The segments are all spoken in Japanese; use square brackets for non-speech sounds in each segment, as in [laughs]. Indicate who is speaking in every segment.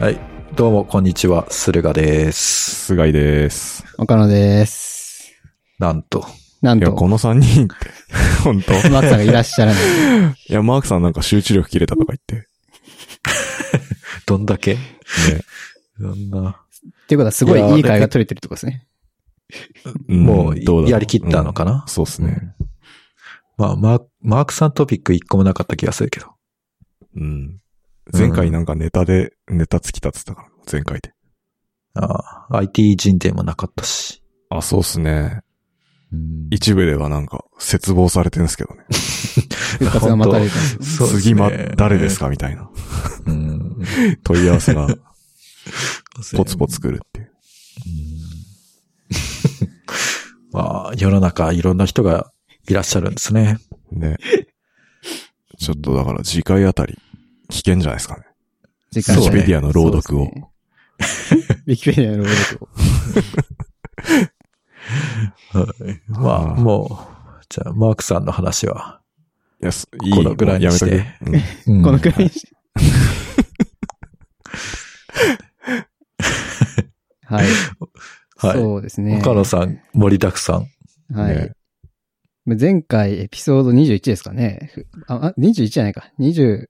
Speaker 1: はい。どうも、こんにちは。駿河です。
Speaker 2: 菅井です。
Speaker 3: 岡野です。
Speaker 1: なんと。
Speaker 3: なん
Speaker 2: いや、
Speaker 3: と、
Speaker 2: こ
Speaker 3: 松
Speaker 2: の3人って、 [laughs]
Speaker 1: [laughs]
Speaker 2: 本当
Speaker 3: さんがいらっしゃらない。
Speaker 2: いや、マークさんなんか集中力切れたとか
Speaker 1: [laughs]
Speaker 2: 言って。
Speaker 1: どんだけ
Speaker 2: ね、
Speaker 1: そんな。
Speaker 3: っていうことは、すごいいい会が取れてるってことですね。
Speaker 2: ん
Speaker 1: もう
Speaker 2: どだろ
Speaker 1: やりきったのかな
Speaker 2: うんそうっすね。
Speaker 1: まあ、マーマークさんトピック一個もなかった気がするけど。
Speaker 2: うん。前回なんかネタで、ネタ尽きたっつったから、前回で。
Speaker 1: ああ、IT 人でもなかったし。
Speaker 2: あ、そうっすね。
Speaker 1: うん
Speaker 2: 一部ではなんか、絶望されてんすけどね。
Speaker 3: 復活が待たれてる。
Speaker 1: そうですね
Speaker 2: 次ま、誰ですかみた
Speaker 1: [laughs]
Speaker 2: いな。
Speaker 1: うん。
Speaker 2: 問い合
Speaker 1: [laughs]
Speaker 2: わせが、ポツポツ来るっていう。
Speaker 1: まあ、世の中いろんな人がいらっしゃるんですね。 [laughs]
Speaker 2: ね。ちょっとだから、次回あたり、聞けんじゃないですかね。
Speaker 3: 時
Speaker 2: ウィキペディアの朗読を
Speaker 3: そうですねウィキペディアの朗読を。
Speaker 1: ま
Speaker 2: あ
Speaker 1: あ、
Speaker 2: ー
Speaker 1: もう、じゃあ、マークさんの話は。
Speaker 2: いや、すいい
Speaker 1: このぐらいにして
Speaker 2: もうやめとけうん
Speaker 1: うん
Speaker 3: [laughs] このくらいにして。はい。
Speaker 1: はい
Speaker 3: そうですね。
Speaker 1: 岡野さん、盛りだくさん。 [laughs]
Speaker 3: は
Speaker 2: ね
Speaker 3: い。前回エピソード21ですかね。ふあ、あ21じゃないか。20、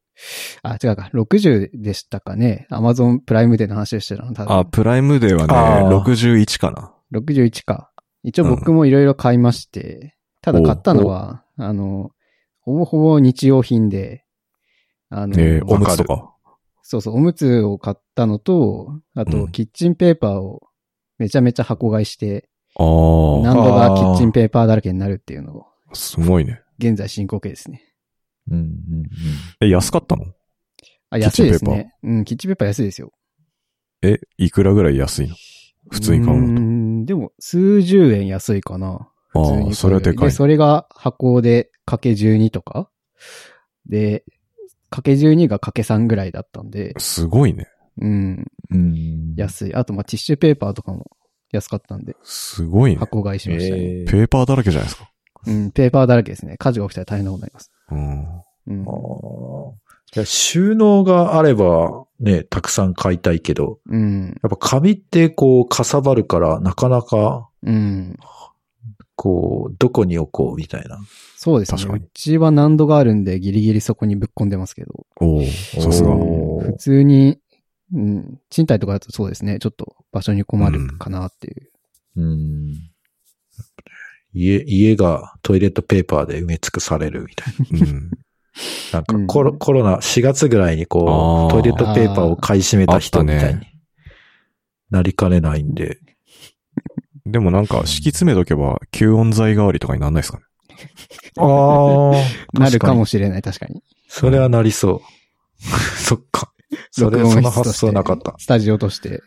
Speaker 3: あ、違うか。60でしたかね。アマゾンプライムデーの話をしてたの。多分
Speaker 2: あ、プライムデーは
Speaker 1: あ
Speaker 2: ね、
Speaker 1: ー
Speaker 2: 61かな。
Speaker 3: 61か。一応僕もいろいろ買いまして、ただ買ったのは、あの、ほぼほぼ日用品で、あの、
Speaker 2: ねおむつと
Speaker 1: わ
Speaker 2: か。
Speaker 3: そうそう、おむつを買ったのと、あ
Speaker 2: う
Speaker 3: と、
Speaker 2: ん
Speaker 3: キッチンペーパーをめちゃめちゃ箱買いして、
Speaker 2: ああ、
Speaker 3: 何度がキッチンペーパーだらけになるっていうのを、
Speaker 2: すごいね。
Speaker 3: 現在進行形ですね。
Speaker 1: うんうんうん。
Speaker 2: え、安かったの
Speaker 3: あ、
Speaker 2: キッチ
Speaker 3: 安
Speaker 2: ン
Speaker 3: い
Speaker 2: ペー
Speaker 3: で
Speaker 2: パー
Speaker 3: すね。うん、キッチンペーパー安いですよ。
Speaker 2: え、いくらぐらい安いの普通に買う
Speaker 3: うー
Speaker 2: の
Speaker 3: ん、でも、数十円安いかな。
Speaker 2: と。
Speaker 3: 普通に
Speaker 2: ああー、
Speaker 3: 買う
Speaker 2: それはでかい
Speaker 3: で、。それが箱でかけ12とかで、かけ12がかけ3ぐらいだったんで、
Speaker 2: すごいね。
Speaker 3: うん、
Speaker 1: うん。
Speaker 3: 安い。あと、まあ、ティッシュペーパーとかも安かったんで、
Speaker 2: すごいね。
Speaker 3: 箱買いしましたね、
Speaker 1: えー
Speaker 2: ペーパーだらけじゃないですか。
Speaker 3: うん、ペーパーだらけですね。火事が起きたら大変なことになります。
Speaker 2: うん。
Speaker 3: うん
Speaker 1: あ。ーいや収納があればね、たくさん買いたいけど、
Speaker 3: うん。
Speaker 1: やっぱ紙ってこうかさばるからなかなか
Speaker 3: うん。
Speaker 1: こうどこに置こうみたいな。
Speaker 3: そうですね。
Speaker 2: 確かに
Speaker 3: うちは難度があるんで、ギリギリそこにぶっ込んでますけど。
Speaker 2: おおさすが。
Speaker 1: おー
Speaker 3: 普通に、うん、賃貸とかだとそうですね。ちょっと場所に困るかなっていう。
Speaker 1: うん。家、家がトイレットペーパーで埋め尽くされるみたい
Speaker 2: う
Speaker 1: な。
Speaker 2: ん。
Speaker 1: なんかコロ,、
Speaker 3: うん
Speaker 1: コロナ4月ぐらいにこ
Speaker 2: あ
Speaker 1: う
Speaker 2: ー
Speaker 1: トイレットペーパーを買い占めた人みた
Speaker 2: あっ
Speaker 1: い
Speaker 2: た
Speaker 1: になりかねないんで。
Speaker 2: でもなんか、敷き詰めとけば、吸音材代わりとかになんないですかね。
Speaker 1: ああ。
Speaker 3: なるかもしれない、確かに。
Speaker 1: それはなりそう。そっか。それ、
Speaker 3: 録
Speaker 1: そ
Speaker 3: 音
Speaker 1: の
Speaker 3: 室と
Speaker 1: 発
Speaker 3: して
Speaker 1: 想なかった。
Speaker 3: スタジオとして。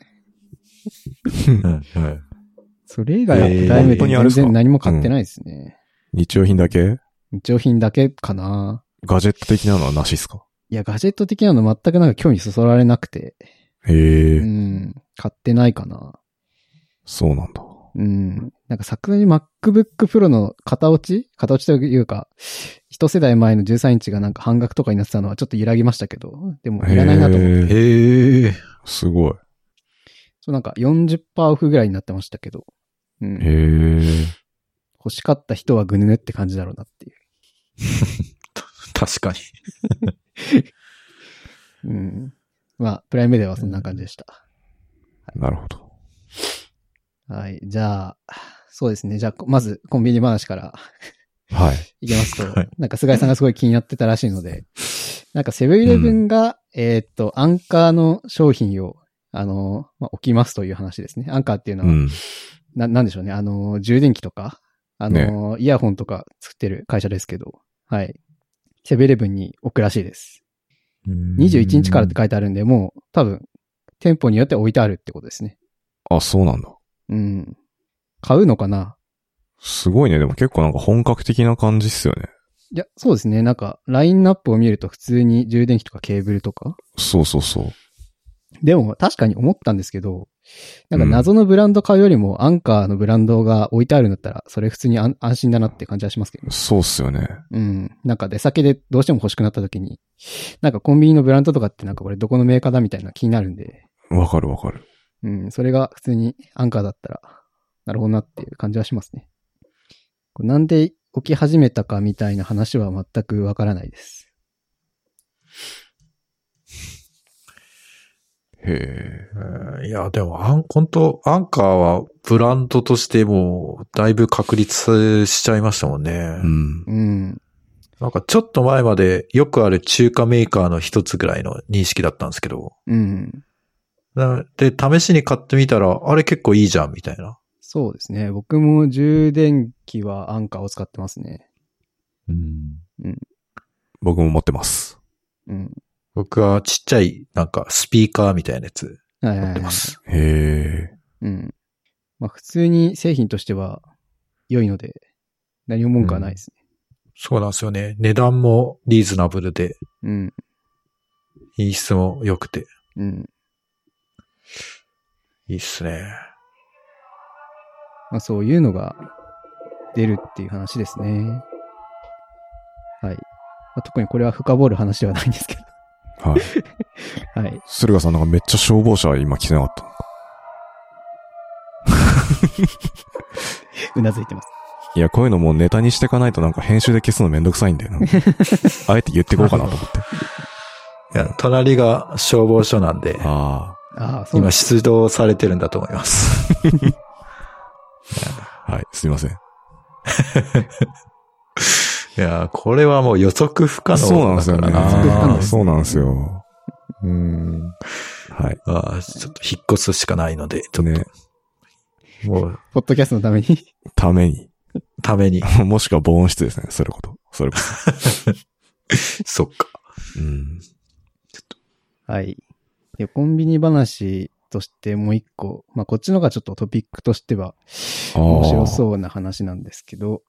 Speaker 1: うん、はい。
Speaker 3: それ以外は
Speaker 1: えー
Speaker 3: プライム
Speaker 1: 本当
Speaker 2: にあれで
Speaker 3: で
Speaker 2: す
Speaker 3: 全
Speaker 2: か
Speaker 3: 然何も買ってないですね。
Speaker 2: 日用品だけ
Speaker 3: 日用品だけかな。
Speaker 2: ガジェット的なのはなしっすか
Speaker 3: いや、ガジェット的なの全くなんか興味そそられなくて。
Speaker 2: へ
Speaker 3: う
Speaker 2: え、
Speaker 3: ん。買ってないかな。
Speaker 2: そうなんだ。
Speaker 3: うん。なんか昨年 MacBook Pro の型落ち型落ちというか、一世代前の13インチがなんか半額とかになってたのはちょっと揺らぎましたけど、でもいらないなと思って。
Speaker 2: へえ、
Speaker 1: へえ。
Speaker 2: すごい。
Speaker 3: そうなんか40%オフぐらいになってましたけど。うん。
Speaker 2: へえ。
Speaker 3: 欲しかった人はぐぬぬって感じだろうなっていう。
Speaker 1: 確かに。
Speaker 3: うん。まあ、プライムデーはそんな感じでした。
Speaker 2: なるほど。
Speaker 3: はい。じゃあ、そうですね。じゃあ、こまずコンビニ話から
Speaker 2: はい。
Speaker 3: いきますと、
Speaker 1: はい
Speaker 3: なんか菅井さんがすごい気になってたらしいので、なんかセブンイレブンが、えーっと、アンカーの商品を、あの、まあ、置きますという話ですね。アンカーっていうの
Speaker 2: う
Speaker 3: は、
Speaker 2: ん。
Speaker 3: な、なんでしょうね。あの、充電器とか、あの、イヤホンとか作ってる会社ですけど、はい。セブンイレブンに置くらしいです。21日からって書いてあるんで、もう多分、店舗によって置いてあるってことですね。
Speaker 2: あ、そうなんだ。
Speaker 3: うん。買うのかな
Speaker 2: すごいね。でも結構なんか本格的な感じっすよね。
Speaker 3: いや、そうですね。なんか、ラインナップを見ると普通に充電器とかケーブルとか。
Speaker 2: そうそうそう。
Speaker 3: でも、確かに思ったんですけど、なんか謎のブランド買うよりも、アンカーのブランドが置いてあるんだったら、それ普通に安安心だなって感じはしますけどね。
Speaker 2: そうっすよね。
Speaker 3: うん。なんか出先でどうしても欲しくなった時に、なんかコンビニのブランドとかってなんかこれどこのメーカーだみたいな気になるんで、
Speaker 2: わかるわかる。
Speaker 3: うん、それが普通にアンカーだったら、なるほどなっていう感じはしますね。これなんで起き始めたかみたいな話は全くわからないです。
Speaker 2: へ
Speaker 1: うんいや、でも、あん、本当アンカーはブランドとしても、だいぶ確立しちゃいましたもんね。
Speaker 2: え。うん。
Speaker 3: うん。
Speaker 1: なんか、ちょっと前までよくある中華メーカーの一つぐらいの認識だったんですけど。
Speaker 3: うん。
Speaker 1: なで、試しに買ってみたら、あれ結構いいじゃん、みたいな。
Speaker 3: そうですね。僕も充電器はアンカーを使ってますね。
Speaker 1: うん。
Speaker 2: 僕も持ってます。
Speaker 3: うん。
Speaker 1: 僕はちっちゃい、なんか、スピーカーみたいなやつ
Speaker 3: はい
Speaker 1: 持
Speaker 3: はいは
Speaker 1: っ
Speaker 3: い
Speaker 1: てます。
Speaker 2: へえ。
Speaker 3: うん。まあ普通に製品としては良いので、何も文句はないですね。
Speaker 1: そうなんですよね。値段もリーズナブルで、
Speaker 3: うん。
Speaker 1: 品質も良くて。
Speaker 3: うん。
Speaker 1: いいっすね。
Speaker 3: まあそういうのが出るっていう話ですね。はい。まあ、特にこれは深掘る話ではないんですけ
Speaker 2: はい。 [laughs]
Speaker 3: ど。 [laughs] はい。
Speaker 2: 駿河さんなんかめっちゃ消防車今来てなかったのか。
Speaker 3: うなずいてます。
Speaker 2: いや、こういうのもうネタにしていかないとなんか編集で消すのめんどくさいんだ
Speaker 3: [laughs]
Speaker 2: よな。あえて言ってこうかなと思って。
Speaker 1: いや、隣が消防署なんで、
Speaker 2: あ
Speaker 3: ああ、そうなん
Speaker 1: 今
Speaker 3: です。
Speaker 1: 出動されてるんだと思います。
Speaker 2: あ。はい。すいません。
Speaker 1: [laughs] いや、これはもう予測不可能
Speaker 2: そうなんですよね。
Speaker 1: だから
Speaker 3: 予測不可能です
Speaker 2: そうなんですよ。
Speaker 1: うん。
Speaker 2: はい。
Speaker 1: ああ、ちょっと引っ越すしかないので、ちょっと、
Speaker 2: ね。
Speaker 1: もう、
Speaker 3: ポッドキャストのために [laughs]
Speaker 2: ために。 [laughs]
Speaker 1: ために。
Speaker 2: もしくは防音室ですね。それこと。それこそ。
Speaker 1: [laughs] そっか。
Speaker 2: うん。
Speaker 3: はい。で、コンビニ話としてもう一個、まあこっちのがちょっとトピックとしては
Speaker 2: ああ。
Speaker 3: 面白そうな話なんですけど、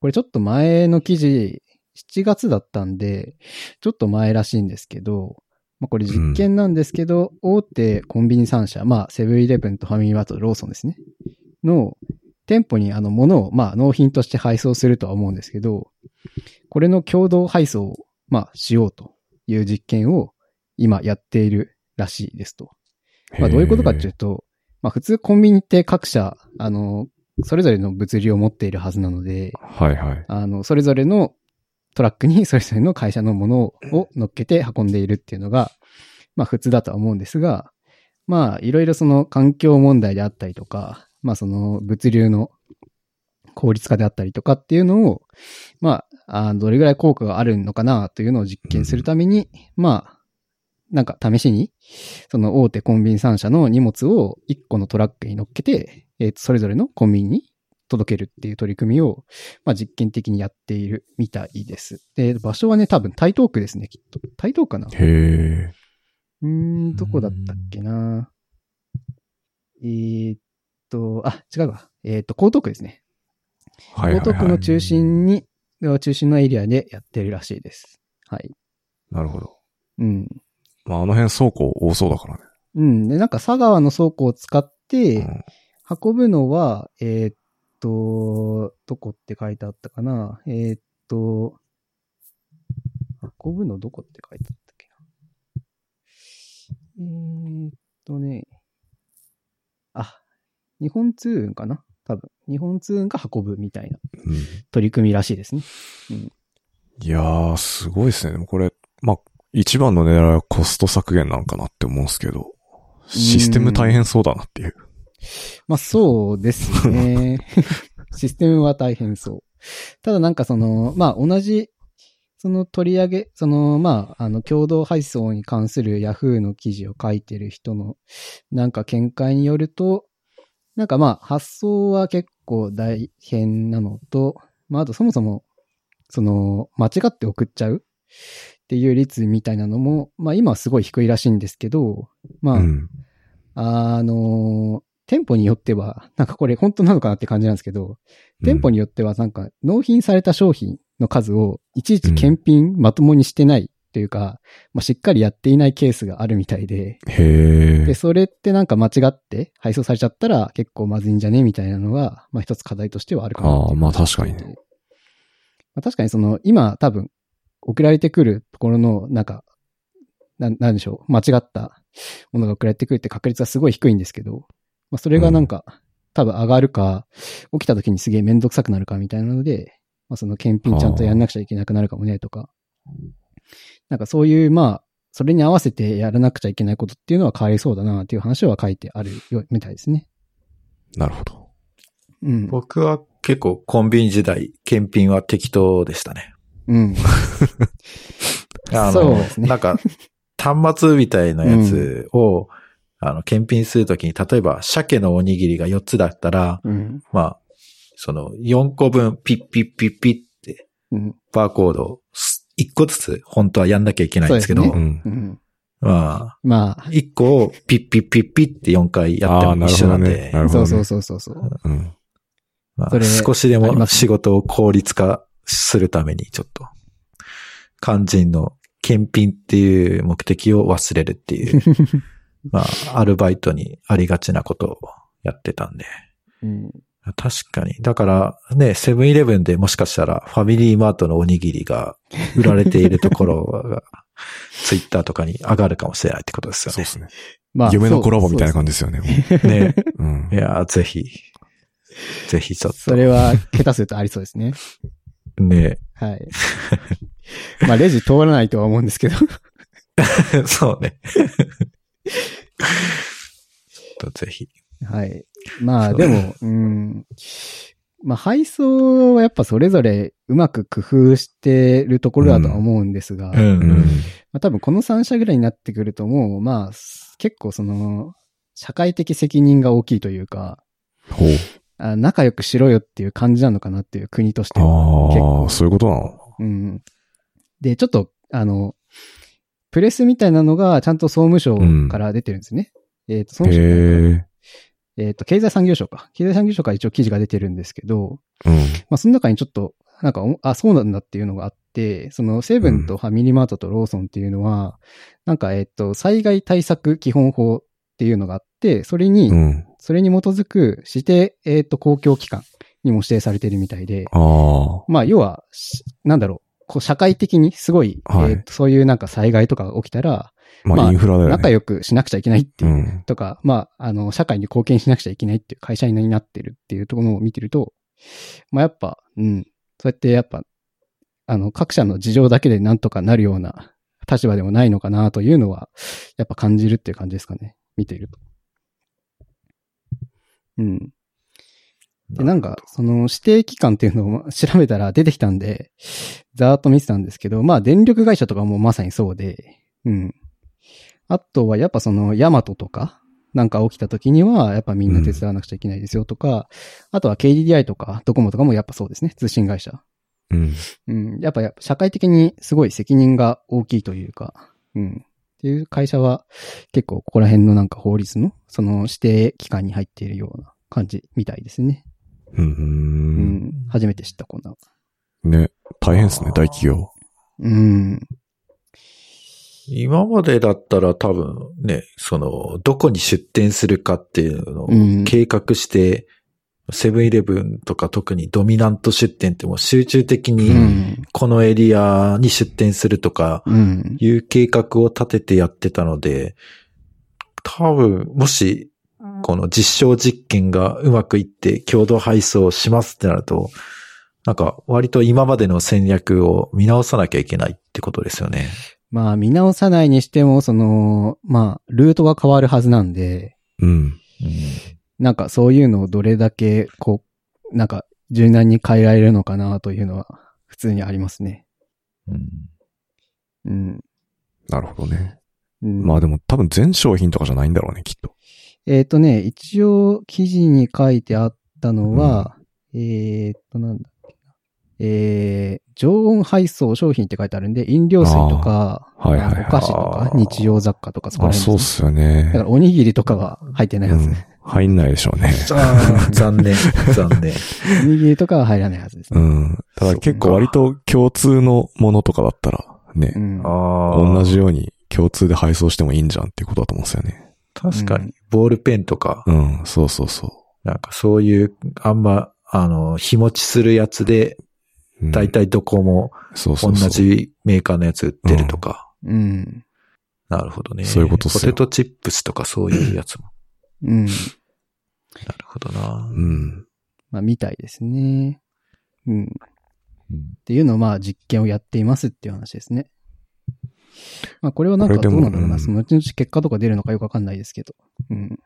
Speaker 3: これちょっと前の記事、7月だったんで、ちょっと前らしいんですけど、まあ、これ実験なんですけど、大手コンビニ3社、まあセブンイレブンとファミリーマートとローソンですね、の店舗にあの物をまあ納品として配送するとは思うんですけど、これの共同配送をまあしようという実験を今やっているらしいですと。まあ、どういうことかっていうと、まあ、普通コンビニって各社、あの、それぞれの物流を持っているはずなので、
Speaker 2: はいはい。
Speaker 3: あの、それぞれのトラックに [laughs] それぞれの会社のものを乗っけて運んでいるっていうのが、まあ普通だとは思うんですが、まあいろいろその環境問題であったりとか、まあその物流の効率化であったりとかっていうのを、まあ、あーどれぐらい効果があるのかなというのを実験するために、まあ、なんか試しに、その大手コンビニ3社の荷物を1個のトラックに乗っけて、えーそれぞれのコンビニに届けるっていう取り組みを、まあ、実験的にやっているみたいです。で、場所はね、多分台東区ですね、きっと。台東かな
Speaker 2: へえ。
Speaker 3: うーん、どこだったっけなえーっと、あ、違うわ。えーっと、江東区ですね。
Speaker 2: はい
Speaker 3: 江
Speaker 2: はい
Speaker 3: 東区
Speaker 2: は
Speaker 3: の
Speaker 2: い。
Speaker 3: 中心に、中心のエリアでやってるらしいです。はい。
Speaker 2: なるほど。
Speaker 3: うん。
Speaker 2: まあ、あの辺倉庫多そうだからね。
Speaker 3: うん。で、なんか佐川の倉庫を使って、
Speaker 2: うん
Speaker 3: 運ぶのは、えーっと、どこって書いてあったかなえーっと、運ぶのどこって書いてあったっけなえーっとね、あ、日本通運かな多分。日本通運が運ぶみたいな
Speaker 2: うん
Speaker 3: 取り組みらしいですね。
Speaker 2: いやー、すごいですね。でもこれ、まあ、一番の狙いはコスト削減なんかなって思うんですけど、システム大変そうだなっていう。
Speaker 3: まあそうですね。システムは大変そう。ただなんかその、まあ同じ、その取り上げ、そのまあ、あの共同配送に関する Yahoo の記事を書いてる人のなんか見解によると、なんかまあ発想は結構大変なのと、まああとそもそも、その間違って送っちゃうっていう率みたいなのも、まあ今はすごい低いらしいんですけど、まあ、
Speaker 2: うん。
Speaker 3: あの、店舗によっては、 [laughs] なんかこれ本当なのかなって感じなんですけど、店舗
Speaker 2: に。
Speaker 3: によってはなんか納品された商品の数をいちいち検品まともにしてないというか、まあ、しっかりやっていないケースがあるみたいで、
Speaker 2: へ
Speaker 3: で、
Speaker 2: え。
Speaker 3: それってなんか間違って配送されちゃったら結構まずいんじゃねみたいなのが、まあ一つ課題としてはあるかなっていう
Speaker 2: ああまあ確かにね
Speaker 3: まあ確かにその、今多分、送られてくるところの、なんか、な、なんでしょう、間違ったものが送られてくるって確率はすごい低いんですけど、まあ、それがなんか、多分上がるか、起きた時にすげえめんどくさくなるかみたいなので、まあ、その検品ちゃんとやんなくちゃいけなくなるかもねとか、なんかそういう、まあ、それに合わせてやらなくちゃいけないことっていうのは変わりそうだなっていう話は書いてあるよみたいですね。
Speaker 2: なるほど。
Speaker 3: うん。
Speaker 1: 僕は結構コンビニ時代、検品は適当でしたね。
Speaker 3: うん。
Speaker 1: あの、
Speaker 3: そうですね
Speaker 1: なんか、端末みたいなやつを、あの、検品するときに、例えば、鮭のおにぎりが4つだったら、
Speaker 3: うん。
Speaker 1: まあ、その4個分ピッピッピッピッって、
Speaker 3: うん。
Speaker 1: バーコードを1個ずつ本当はやんなきゃいけないんですけど、
Speaker 3: そう
Speaker 2: う
Speaker 3: で
Speaker 2: ん
Speaker 3: う。ん。
Speaker 1: まあ、
Speaker 3: まあ、
Speaker 1: 1個をピッピッピッピッって4回やって
Speaker 2: あ
Speaker 1: も
Speaker 2: あー、なる
Speaker 1: 一
Speaker 2: ほ
Speaker 1: 緒な
Speaker 2: ど
Speaker 1: んで、
Speaker 2: ね。なるほ
Speaker 3: そ
Speaker 2: ど、
Speaker 3: う
Speaker 2: ね。
Speaker 3: そうそうそうそう。
Speaker 2: うん。
Speaker 1: ま
Speaker 3: そ
Speaker 1: あ、
Speaker 3: れ
Speaker 1: 少しで
Speaker 3: ありま
Speaker 1: も
Speaker 3: す
Speaker 1: 仕事を効率化するために、ちょっと、肝心の検品っていう目的を忘れるっていう、まあ、アルバイトにありがちなことをやってたんで。
Speaker 3: うん。
Speaker 1: 確かに。だから、ね、セブンイレブンでもしかしたら、ファミリーマートのおにぎりが売られているところが、 [laughs] ツイッターとかに上がるかもしれないってことですよ
Speaker 2: そう
Speaker 1: ね
Speaker 2: で。すね。
Speaker 3: まあ、
Speaker 2: 夢のコラボみたいな
Speaker 3: 感
Speaker 2: 感じですよね。も
Speaker 1: ね。
Speaker 2: ううん
Speaker 3: [laughs]
Speaker 1: い。やー、ぜひ、ぜひちょっ
Speaker 3: それは、下手するとありそうですね。
Speaker 1: と、ね。 [laughs]
Speaker 2: [laughs]
Speaker 3: はい。まあ、レジ通らないとは思うんですけど。
Speaker 1: そうね。ちょっとぜひ。
Speaker 3: はい。まあ
Speaker 1: そう
Speaker 3: でも、うん。まあ配送はやっぱそれぞれうまく工夫してるところだとは思うんですが、ま
Speaker 1: ん
Speaker 2: うん。
Speaker 3: あ多分この3社ぐらいになってくるともう、まあ結構その、社会的責任が大きいというか、
Speaker 2: ほう。
Speaker 3: あ仲良くしろよっていう感じなのかなっていう国としては。結
Speaker 2: あ
Speaker 3: 構
Speaker 2: あ、そういうことなの
Speaker 3: うん。で、ちょっと、あの、プレスみたいなのがちゃんと総務省から出てるんですね。えっ、と、総務省じゃないかな
Speaker 2: へ
Speaker 3: えっ、と、経済産業省か。経済産業省から一応記事が出てるんですけど、
Speaker 2: え。うん。
Speaker 3: まあ、その中にちょっと、なんかおも、あ、そうなんだっていうのがあって、その、セブンとファミリーマートとローソンっていうのは、なんか、えっ、と、災害対策基本法っていうのがあって、それに、
Speaker 2: うん。
Speaker 3: それに基づく指定、えっ、と、公共機関にも指定されてるみたいで、
Speaker 2: ああ。
Speaker 3: まあ、要は、しなんだろう、こう、社会的にすごい、
Speaker 2: はい
Speaker 3: えっ、と、そういうなんか災害とかが起きたら、ま
Speaker 2: ま
Speaker 3: あ
Speaker 2: あ、インフラだよね。
Speaker 3: 仲良くしなくちゃいけないっていう
Speaker 2: うん。
Speaker 3: とか、まあ、あの、社会に貢献しなくちゃいけないっていう会社になってるっていうところを見てると、まあやっぱ、うん、そうやってやっぱ、あの、各社の事情だけでなんとかなるような立場でもないのかなというのは、やっぱ感じるっていう感じですかね。見ていると。うん。で、なんか、その指定機関っていうのを調べたら出てきたんで、ざーっと見てたんですけど、まあ電力会社とかもまさにそうで、うん。あとはやっぱそのヤマトとか、なんか起きた時には、やっぱみんな手伝わなくちゃいけないですよとか、あとは KDDI とかドコモとかもやっぱそうですね、通信会社。
Speaker 2: うん。
Speaker 3: うん、やっぱやっぱ社会的にすごい責任が大きいというか、うん。っていう会社は結構ここら辺のなんか法律のその指定機関に入っているような感じみたいですね。
Speaker 2: う。
Speaker 3: うんん。初めて知ったこんな。
Speaker 2: ね。大変ですね、大企業。
Speaker 3: うん。
Speaker 1: 今までだったら多分ね、その、どこに出店するかっていうのを
Speaker 3: うん
Speaker 1: 計画して、セブンイレブンとか特にドミナント出店ってもう集中的
Speaker 3: う
Speaker 1: に
Speaker 3: ん。
Speaker 1: このエリアに出店するとか
Speaker 3: うん。
Speaker 1: いう計画を立ててやってたので、多分もしこの実証実験がうまくいって共同配送しますってなると、なんか割と今までの戦略を見直さなきゃいけないってことですよね。
Speaker 3: まあ見直さないにしても、その、まあ、ルートが変わるはずなんで、
Speaker 2: うん。
Speaker 3: なんかそういうのをどれだけ、こう、なんか柔軟に変えられるのかなというのは普通にありますね。
Speaker 1: うん
Speaker 3: うん。
Speaker 2: なるほどね。
Speaker 3: うん、
Speaker 2: まあでも多分全商品とかじゃないんだろうね、きっと。
Speaker 3: えっ、とね、一応記事に書いてあったのは、えっ、と、なんだっけな。えー、常温配送商品って書いてあるんで、飲料水とか、
Speaker 2: あーはいはいはい
Speaker 3: お菓子とか、日用雑貨とか、そこ
Speaker 2: あ、
Speaker 3: ら
Speaker 2: そ
Speaker 3: 辺
Speaker 2: う
Speaker 3: で
Speaker 2: っ
Speaker 3: す
Speaker 2: すよ
Speaker 3: ね、だか
Speaker 2: ね。
Speaker 3: らおにぎりとかは入ってないうはず。
Speaker 2: ん。入んないでしょうね。
Speaker 1: あー残念、残念。
Speaker 3: おにぎりとかは入らないはずです
Speaker 2: う
Speaker 3: ね。
Speaker 2: ん。ただ結構割と共通のものとかだったら、ね
Speaker 3: う。ん。
Speaker 1: ああ。
Speaker 2: 同じように共通で配送してもいいんじゃんっていうことだと思うんですよね。
Speaker 1: 確か
Speaker 3: う
Speaker 1: に
Speaker 3: ん。
Speaker 1: ボールペンとか、
Speaker 2: うん、そうそうそ
Speaker 1: なんかそういう、あんま、あの、日持ちするやつで、
Speaker 2: う。うん
Speaker 1: だいたいどこも
Speaker 2: そうそ
Speaker 1: 同
Speaker 2: うそう。
Speaker 1: じメーカーのやつ売ってるとか。
Speaker 3: うん。
Speaker 1: なるほどね。
Speaker 2: そういうことっ
Speaker 1: ポ
Speaker 2: す
Speaker 1: テ
Speaker 2: よ
Speaker 1: トチップスとかそういうやつも。
Speaker 3: うん。
Speaker 1: なるほどな。
Speaker 2: うん。
Speaker 3: まあ、みたいですね。うん。
Speaker 2: うん
Speaker 3: っていうのをまあ実験をやっていますっていう話ですね。まあこれはなんか
Speaker 2: これ
Speaker 3: ど
Speaker 2: で
Speaker 3: う
Speaker 2: も
Speaker 3: なんだろう
Speaker 2: う
Speaker 3: な。
Speaker 2: ん
Speaker 3: その後々結果とか出るのかよくわかんないですけど。うん。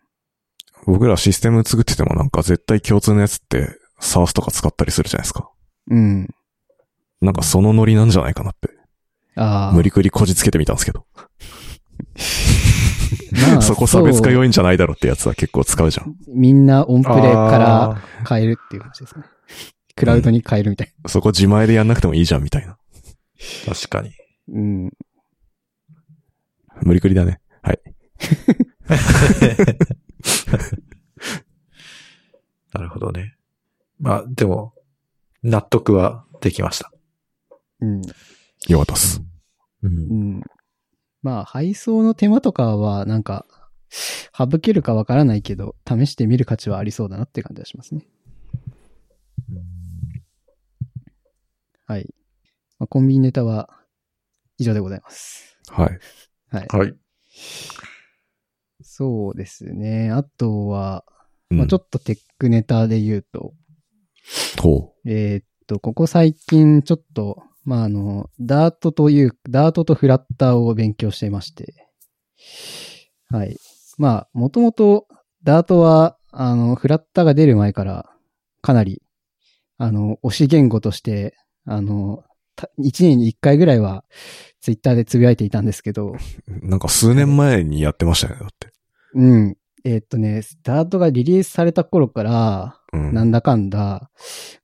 Speaker 2: 僕らシステム作っててもなんか絶対共通のやつって、サースとか使ったりするじゃないですか。
Speaker 3: うん。
Speaker 2: なんかそのノリなんじゃないかなって。
Speaker 3: ああ。
Speaker 2: 無理くりこじつけてみたんですけど。
Speaker 3: ま
Speaker 2: [laughs]
Speaker 3: あ
Speaker 2: そこ差別化
Speaker 3: そう
Speaker 2: 要因じゃないだろってやつは結構使うじゃん。
Speaker 3: みんなオンプレか
Speaker 1: あ
Speaker 3: ら変えるっていう話ですね。クラウドに変えるみたい
Speaker 2: そこ自前でやんなくてもいいじゃんみたいな。
Speaker 1: ー確かに。
Speaker 3: な。うん。
Speaker 2: 無理くりだね。はい。
Speaker 1: なるほどね。まあ、でも、納得はできました。
Speaker 3: うん。
Speaker 2: よかったっす。
Speaker 1: うん
Speaker 3: う。ん。まあ配送の手間とかはなんか、省けるかわからないけど、試してみる価値はありそうだなって感じがしますね。はい。まあ、コンビニネタは以上でございます。
Speaker 2: はい。
Speaker 3: はい。
Speaker 1: はい。
Speaker 3: そうですね。あとは、
Speaker 2: うん
Speaker 3: まあ、ちょっとテックネタで言うと、
Speaker 2: ほ
Speaker 3: えーっと、ここ最近ちょっと、まあ、あの、ダートという、ダートとフラッターを勉強していまして、はい。まあ、もともと、ダートは、あの、フラッターが出る前から、かなり、あの、推し言語として、あの、た一年に一回ぐらいは、ツイッターでつぶやいていたんですけど、
Speaker 2: う。なんか数年前にやってましたよね、だって。
Speaker 3: うん。えーっとね、ダートがリリースされた頃から、
Speaker 2: うん。
Speaker 3: なんだかんだ、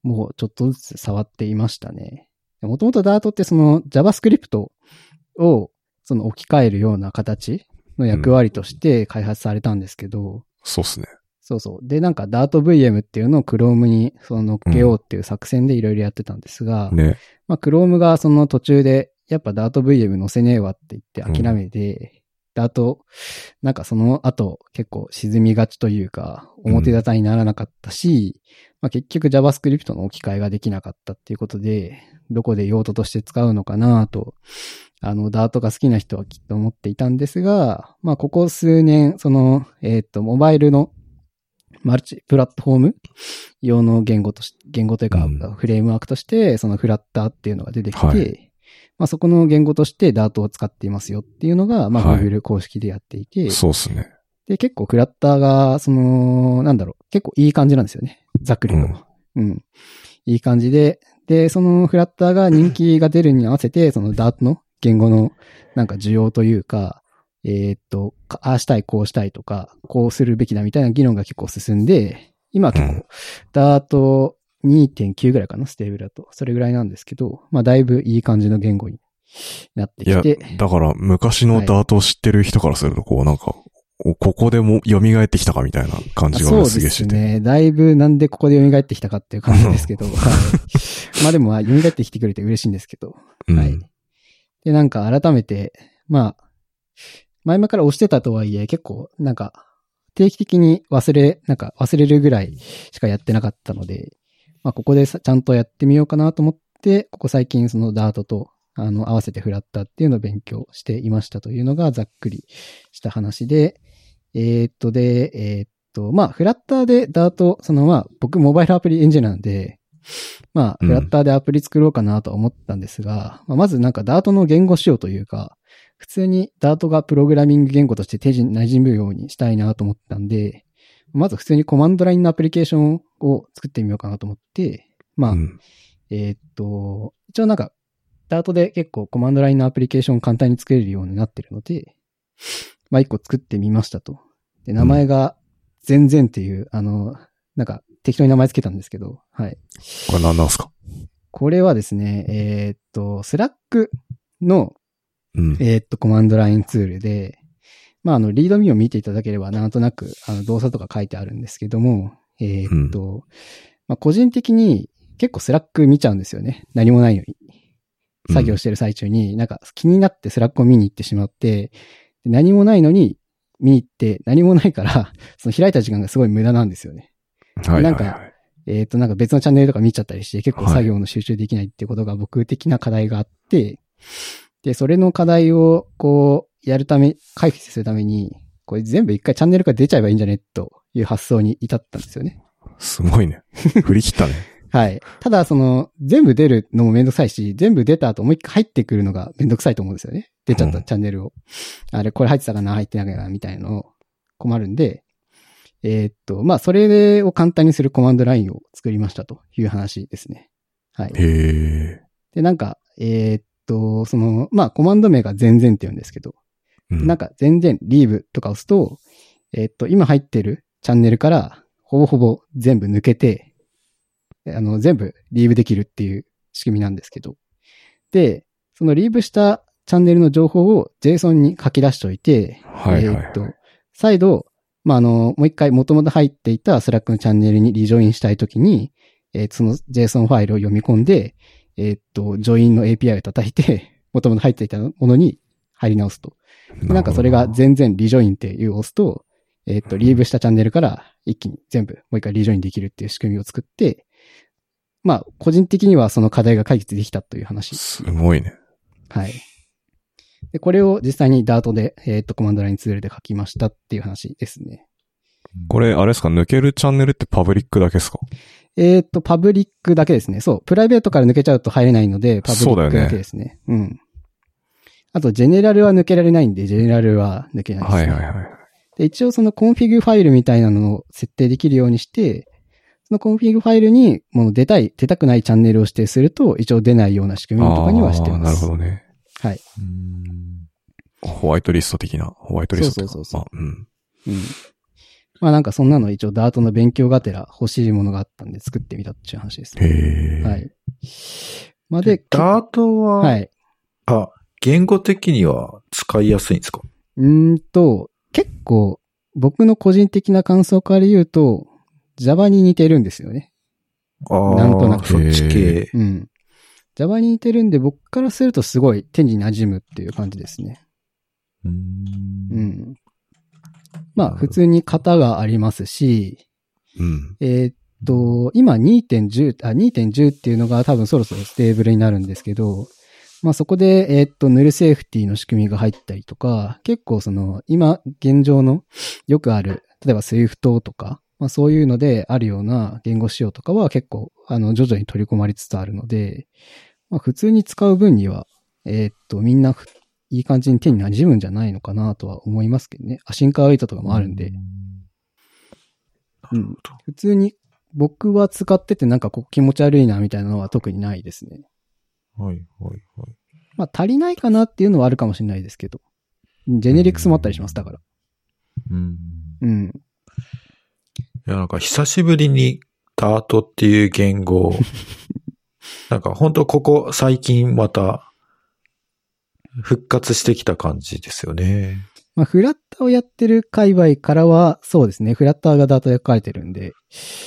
Speaker 3: もうちょっとずつ触っていましたね。もともと Dart ってその JavaScript をその置き換えるような形の役割として開発されたんですけど、
Speaker 2: そうっすね。
Speaker 3: そうそう。で、なんか DartVM っていうのを Chrome にその乗っけようっていう作戦でいろいろやってたんですが、
Speaker 2: ね。
Speaker 3: まあ Chrome がその途中でやっぱ DartVM 載せねえわって言って諦めて、Dart、なんかその後結構沈みがちというか、
Speaker 2: うん
Speaker 3: 表沙汰にならなかったし、まあ結局 JavaScript の置き換えができなかったっていうことで、どこで用途として使うのかなと、あの、ダートが好きな人はきっと思っていたんですが、まあ、ここ数年、その、えっ、と、モバイルのマルチプラットフォーム用の言語とし、言語というか
Speaker 2: うん、
Speaker 3: フレームワークとして、そのフラッターっていうのが出てきて、
Speaker 2: は
Speaker 3: まあ、そこの言語としてダートを使っていますよっていうのが、まあ、
Speaker 2: はい
Speaker 3: Google 公式でやっていて、
Speaker 2: そうっすね。
Speaker 3: で、結構フラッターが、その、なんだろう、結構いい感じなんですよね。ざっくりと。うん。いい感じで、で、そのフラッターが人気が出るに合わせて、そのダートの言語のなんか需要というか、えーっと、かああしたい、こうしたいとか、こうするべきだみたいな議論が結構進んで、今は結
Speaker 2: うん
Speaker 3: 構、ダート2.9ぐらいかな、ステーブルだと。それぐらいなんですけど、まあだいぶいい感じの言語になって
Speaker 2: い
Speaker 3: き
Speaker 2: や
Speaker 3: て、、
Speaker 2: だから昔のダートを知ってる人からすると、こうなんか、おここでも蘇ってきたかみたいな感じが
Speaker 3: そう
Speaker 2: 俺
Speaker 3: です
Speaker 2: げえしてて。
Speaker 3: ね。だいぶなんでここで蘇ってきたかっていう感じですけど、はい。 [laughs] まあでも、まあ蘇ってきてくれて嬉しいんですけど、
Speaker 2: うん
Speaker 3: はい。で、なんか改めて、まあ、前々から押してたとはいえ、結構、なんか、定期的に忘れ、なんか忘れるぐらいしかやってなかったので、まあ、ここでさちゃんとやってみようかなと思って、ここ最近そのダートと、あの、合わせてフラッターっていうのを勉強していましたというのがざっくりした話で、えーっと、で、えーっと、まあ、フラッターでダート、そのまあ、僕モバイルアプリエンジニアなんで、まあ、
Speaker 2: うん
Speaker 3: フラッターでアプリ作ろうかなとは思ったんですが、まあ、まずなんかダートの言語仕様というか、普通にダートがプログラミング言語として手順馴染むようにしたいなと思ったんで、まず普通にコマンドラインのアプリケーションを作ってみようかなと思って、まあ、
Speaker 2: うん
Speaker 3: えーっと、一応なんか、ダートで結構コマンドラインのアプリケーション簡単に作れるようになってるので、まあ一個作ってみましたと。で、名前が、全然っていう、あの、なんか適当に名前つけたんですけど、はい。
Speaker 2: これ何なんすか
Speaker 3: これはですね、えーっと、スラックの、
Speaker 2: うん。
Speaker 3: えーっと、コマンドラインツールで、まあ、あの、リードミーを見ていただければ、なんとなく、あの、動作とか書いてあるんですけども、えーっと、まあ、個人的に結構スラック見ちゃうんですよね。何もないのに。作業してる最中に、なんか気になってスラックを見に行ってしまって、で何もないのに見に行って、何もないから、その開いた時間がすごい無駄なんですよね。
Speaker 2: はいは
Speaker 3: ないん
Speaker 2: は
Speaker 3: か
Speaker 2: い。
Speaker 3: えっ、と、なんか別のチャンネルとか見ちゃったりして、結構
Speaker 2: はい
Speaker 3: 作業の集中できないっていうことが僕的な課題があって、で、それの課題を、こう、やるため、回避するために、これ全部一回チャンネルから出ちゃえばいいんじゃねという発想に至ったんですよね。
Speaker 2: すごいね。 [laughs] 振り切ったね。
Speaker 3: はい。ただ、その、全部出るのもめんどくさいし、全部出た後もう一回入ってくるのがめんどくさいと思うんですよね。出ちゃっ
Speaker 2: う
Speaker 3: た
Speaker 2: ん
Speaker 3: チャンネルを。あれ、これ入ってたかな、入ってないかな、みたいなの困るんで、えーっと、まあ、それを簡単にするコマンドラインを作りましたという話ですね。はい。
Speaker 2: へえ。
Speaker 3: で、なんか、えーっと、その、まあ、コマンド名が全然って言うんですけど、
Speaker 2: うん
Speaker 3: なんか全然リーブとか押すと、えーっと、今入ってるチャンネルからほぼほぼ全部抜けて、あの、全部リーブできるっていう仕組みなんですけど。で、そのリーブしたチャンネルの情報を JSON に書き出しておいて、
Speaker 2: はいはい
Speaker 3: えーっと、再度、まあ、あの、もう一回元々入っていたスラックのチャンネルにリジョインしたいときに、えーその JSON ファイルを読み込んで、えーっと、ジョインの API を叩いて、元々入っていたものに入り直すと。でなんかそれが全然リジョインっていう押すと、えーっと、リーブしたチャンネルから一気に全部もう一回リジョインできるっていう仕組みを作って、まあ、個人的にはその課題が解決できたという話。
Speaker 2: すごいね。
Speaker 3: はい。で、これを実際に Dart で、えーっと、コマンドラインツールで書きましたっていう話ですね。
Speaker 2: これ、あれですか、抜けるチャンネルってパブリックだけですか
Speaker 3: えーっと、パブリックだけですね。そう。プライベートから抜けちゃうと入れないので、パブリ
Speaker 2: そうだ
Speaker 3: ッ
Speaker 2: よ
Speaker 3: ク
Speaker 2: ね
Speaker 3: だけですね。うん。あと、ジェネラルは抜けられないんで、ジェネラルは抜けないです、ね。
Speaker 2: はいはいはい。
Speaker 3: で、一応そのコンフィグファイルみたいなのを設定できるようにして、そのコンフィグファイルに、もう出たい、出たくないチャンネルを指定すると、一応出ないような仕組みとかにはして
Speaker 2: あー
Speaker 3: ま
Speaker 2: なる
Speaker 3: す。
Speaker 2: ほどね。
Speaker 3: は
Speaker 1: う
Speaker 3: い。
Speaker 1: ん
Speaker 2: ホワイトリスト的な、ホワイトリストとか。
Speaker 3: そうそうそう
Speaker 2: まあうん。
Speaker 3: うん。まあなんかそんなの一応 Dart の勉強がてら欲しいものがあったんで作ってみたっていう話ですね。
Speaker 2: へえ。
Speaker 3: はい。まあで
Speaker 1: で、、ダートは、
Speaker 3: はい。
Speaker 1: あ、言語的には使いやすいんですか
Speaker 3: うーんと、結構、僕の個人的な感想から言うと、Java に似てるんですよね。
Speaker 1: ああ、
Speaker 3: なんとなく
Speaker 1: そっち系。
Speaker 3: うん。Java に似てるんで、僕からするとすごい手に馴染むっていう感じですね。
Speaker 1: う
Speaker 3: うんん。まあ、普通に型がありますし、
Speaker 2: うん。
Speaker 3: えーっと、今2.10、あ、2.10っていうのが多分そろそろステーブルになるんですけど、まあそこで、えーっと、ヌルセーフティの仕組みが入ったりとか、結構その、今、現状のよくある、例えば Swift とか、まあそういうのであるような言語仕様とかは結構、あの、徐々に取り込まれつつあるので、まあ普通に使う分には、えーっと、みんな、いい感じに手に馴染むんじゃないのかなとは思いますけどね。アシンカーウェイトとかもあるんで。。
Speaker 1: なるほど。
Speaker 3: 普通に僕は使っててなんかこう気持ち悪いなみたいなのは特にないですね。
Speaker 1: はい、はい、はい。
Speaker 3: まあ足りないかなっていうのはあるかもしれないですけど。ジェネリックスもあったりします、だから。
Speaker 1: うん。
Speaker 3: うん。
Speaker 1: いや、なんか久しぶりにダートっていう言語を、
Speaker 3: [laughs]
Speaker 1: なんか本当ここ最近また復活してきた感じですよね。
Speaker 3: まあフラッターをやってる界隈からは、そうですね。フラッターがダートで書かれてるんで。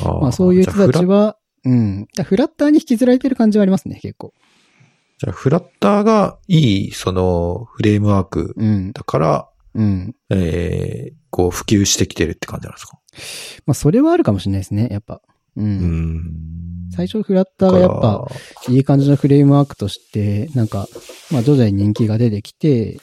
Speaker 1: あー
Speaker 3: まあそういう人たち
Speaker 1: じゃあフラ
Speaker 3: は、うん。フラッターに引きずられてる感じはありますね、結構。
Speaker 1: じゃあフラッターがいい、そのフレームワーク
Speaker 3: うん。
Speaker 1: だから、
Speaker 3: うん。
Speaker 1: えー、こう普及してきてるって感じなんですか
Speaker 3: まあそれはあるかもしれないですね、やっぱ。う。
Speaker 2: うんん。
Speaker 3: 最初フラッターがやっぱ、いい感じのフレームワークとして、なんか、まあ徐々に人気が出てきて、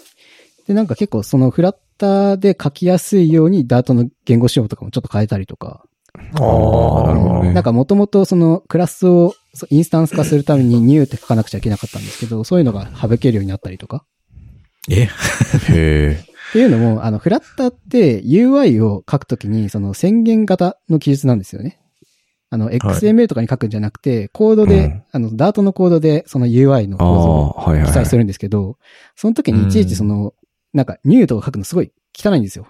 Speaker 3: で、なんか結構そのフラッターで書きやすいようにダートの言語仕様とかもちょっと変えたりとか、
Speaker 1: ああ、なるほどね。
Speaker 3: なんかもともとそのクラスをそうインスタンス化するためにニューって書かなくちゃいけなかったんですけど、そういうのが省けるようになったりとか。
Speaker 1: え、
Speaker 2: へえ。
Speaker 3: っていうのも、あの、フラッターって UI を書くときに、その宣言型の記述なんですよね。あの、XML とかに書くんじゃなくて、コードで、
Speaker 2: うん
Speaker 3: あの、ダートのコードで、その UI の
Speaker 2: あ
Speaker 3: 構造を
Speaker 2: あ、はいはい
Speaker 3: 記
Speaker 2: は
Speaker 3: 載
Speaker 2: い。
Speaker 3: するんですけど、その時にいちいちその、なんか、ニューとか書くのすごい汚いんですよ。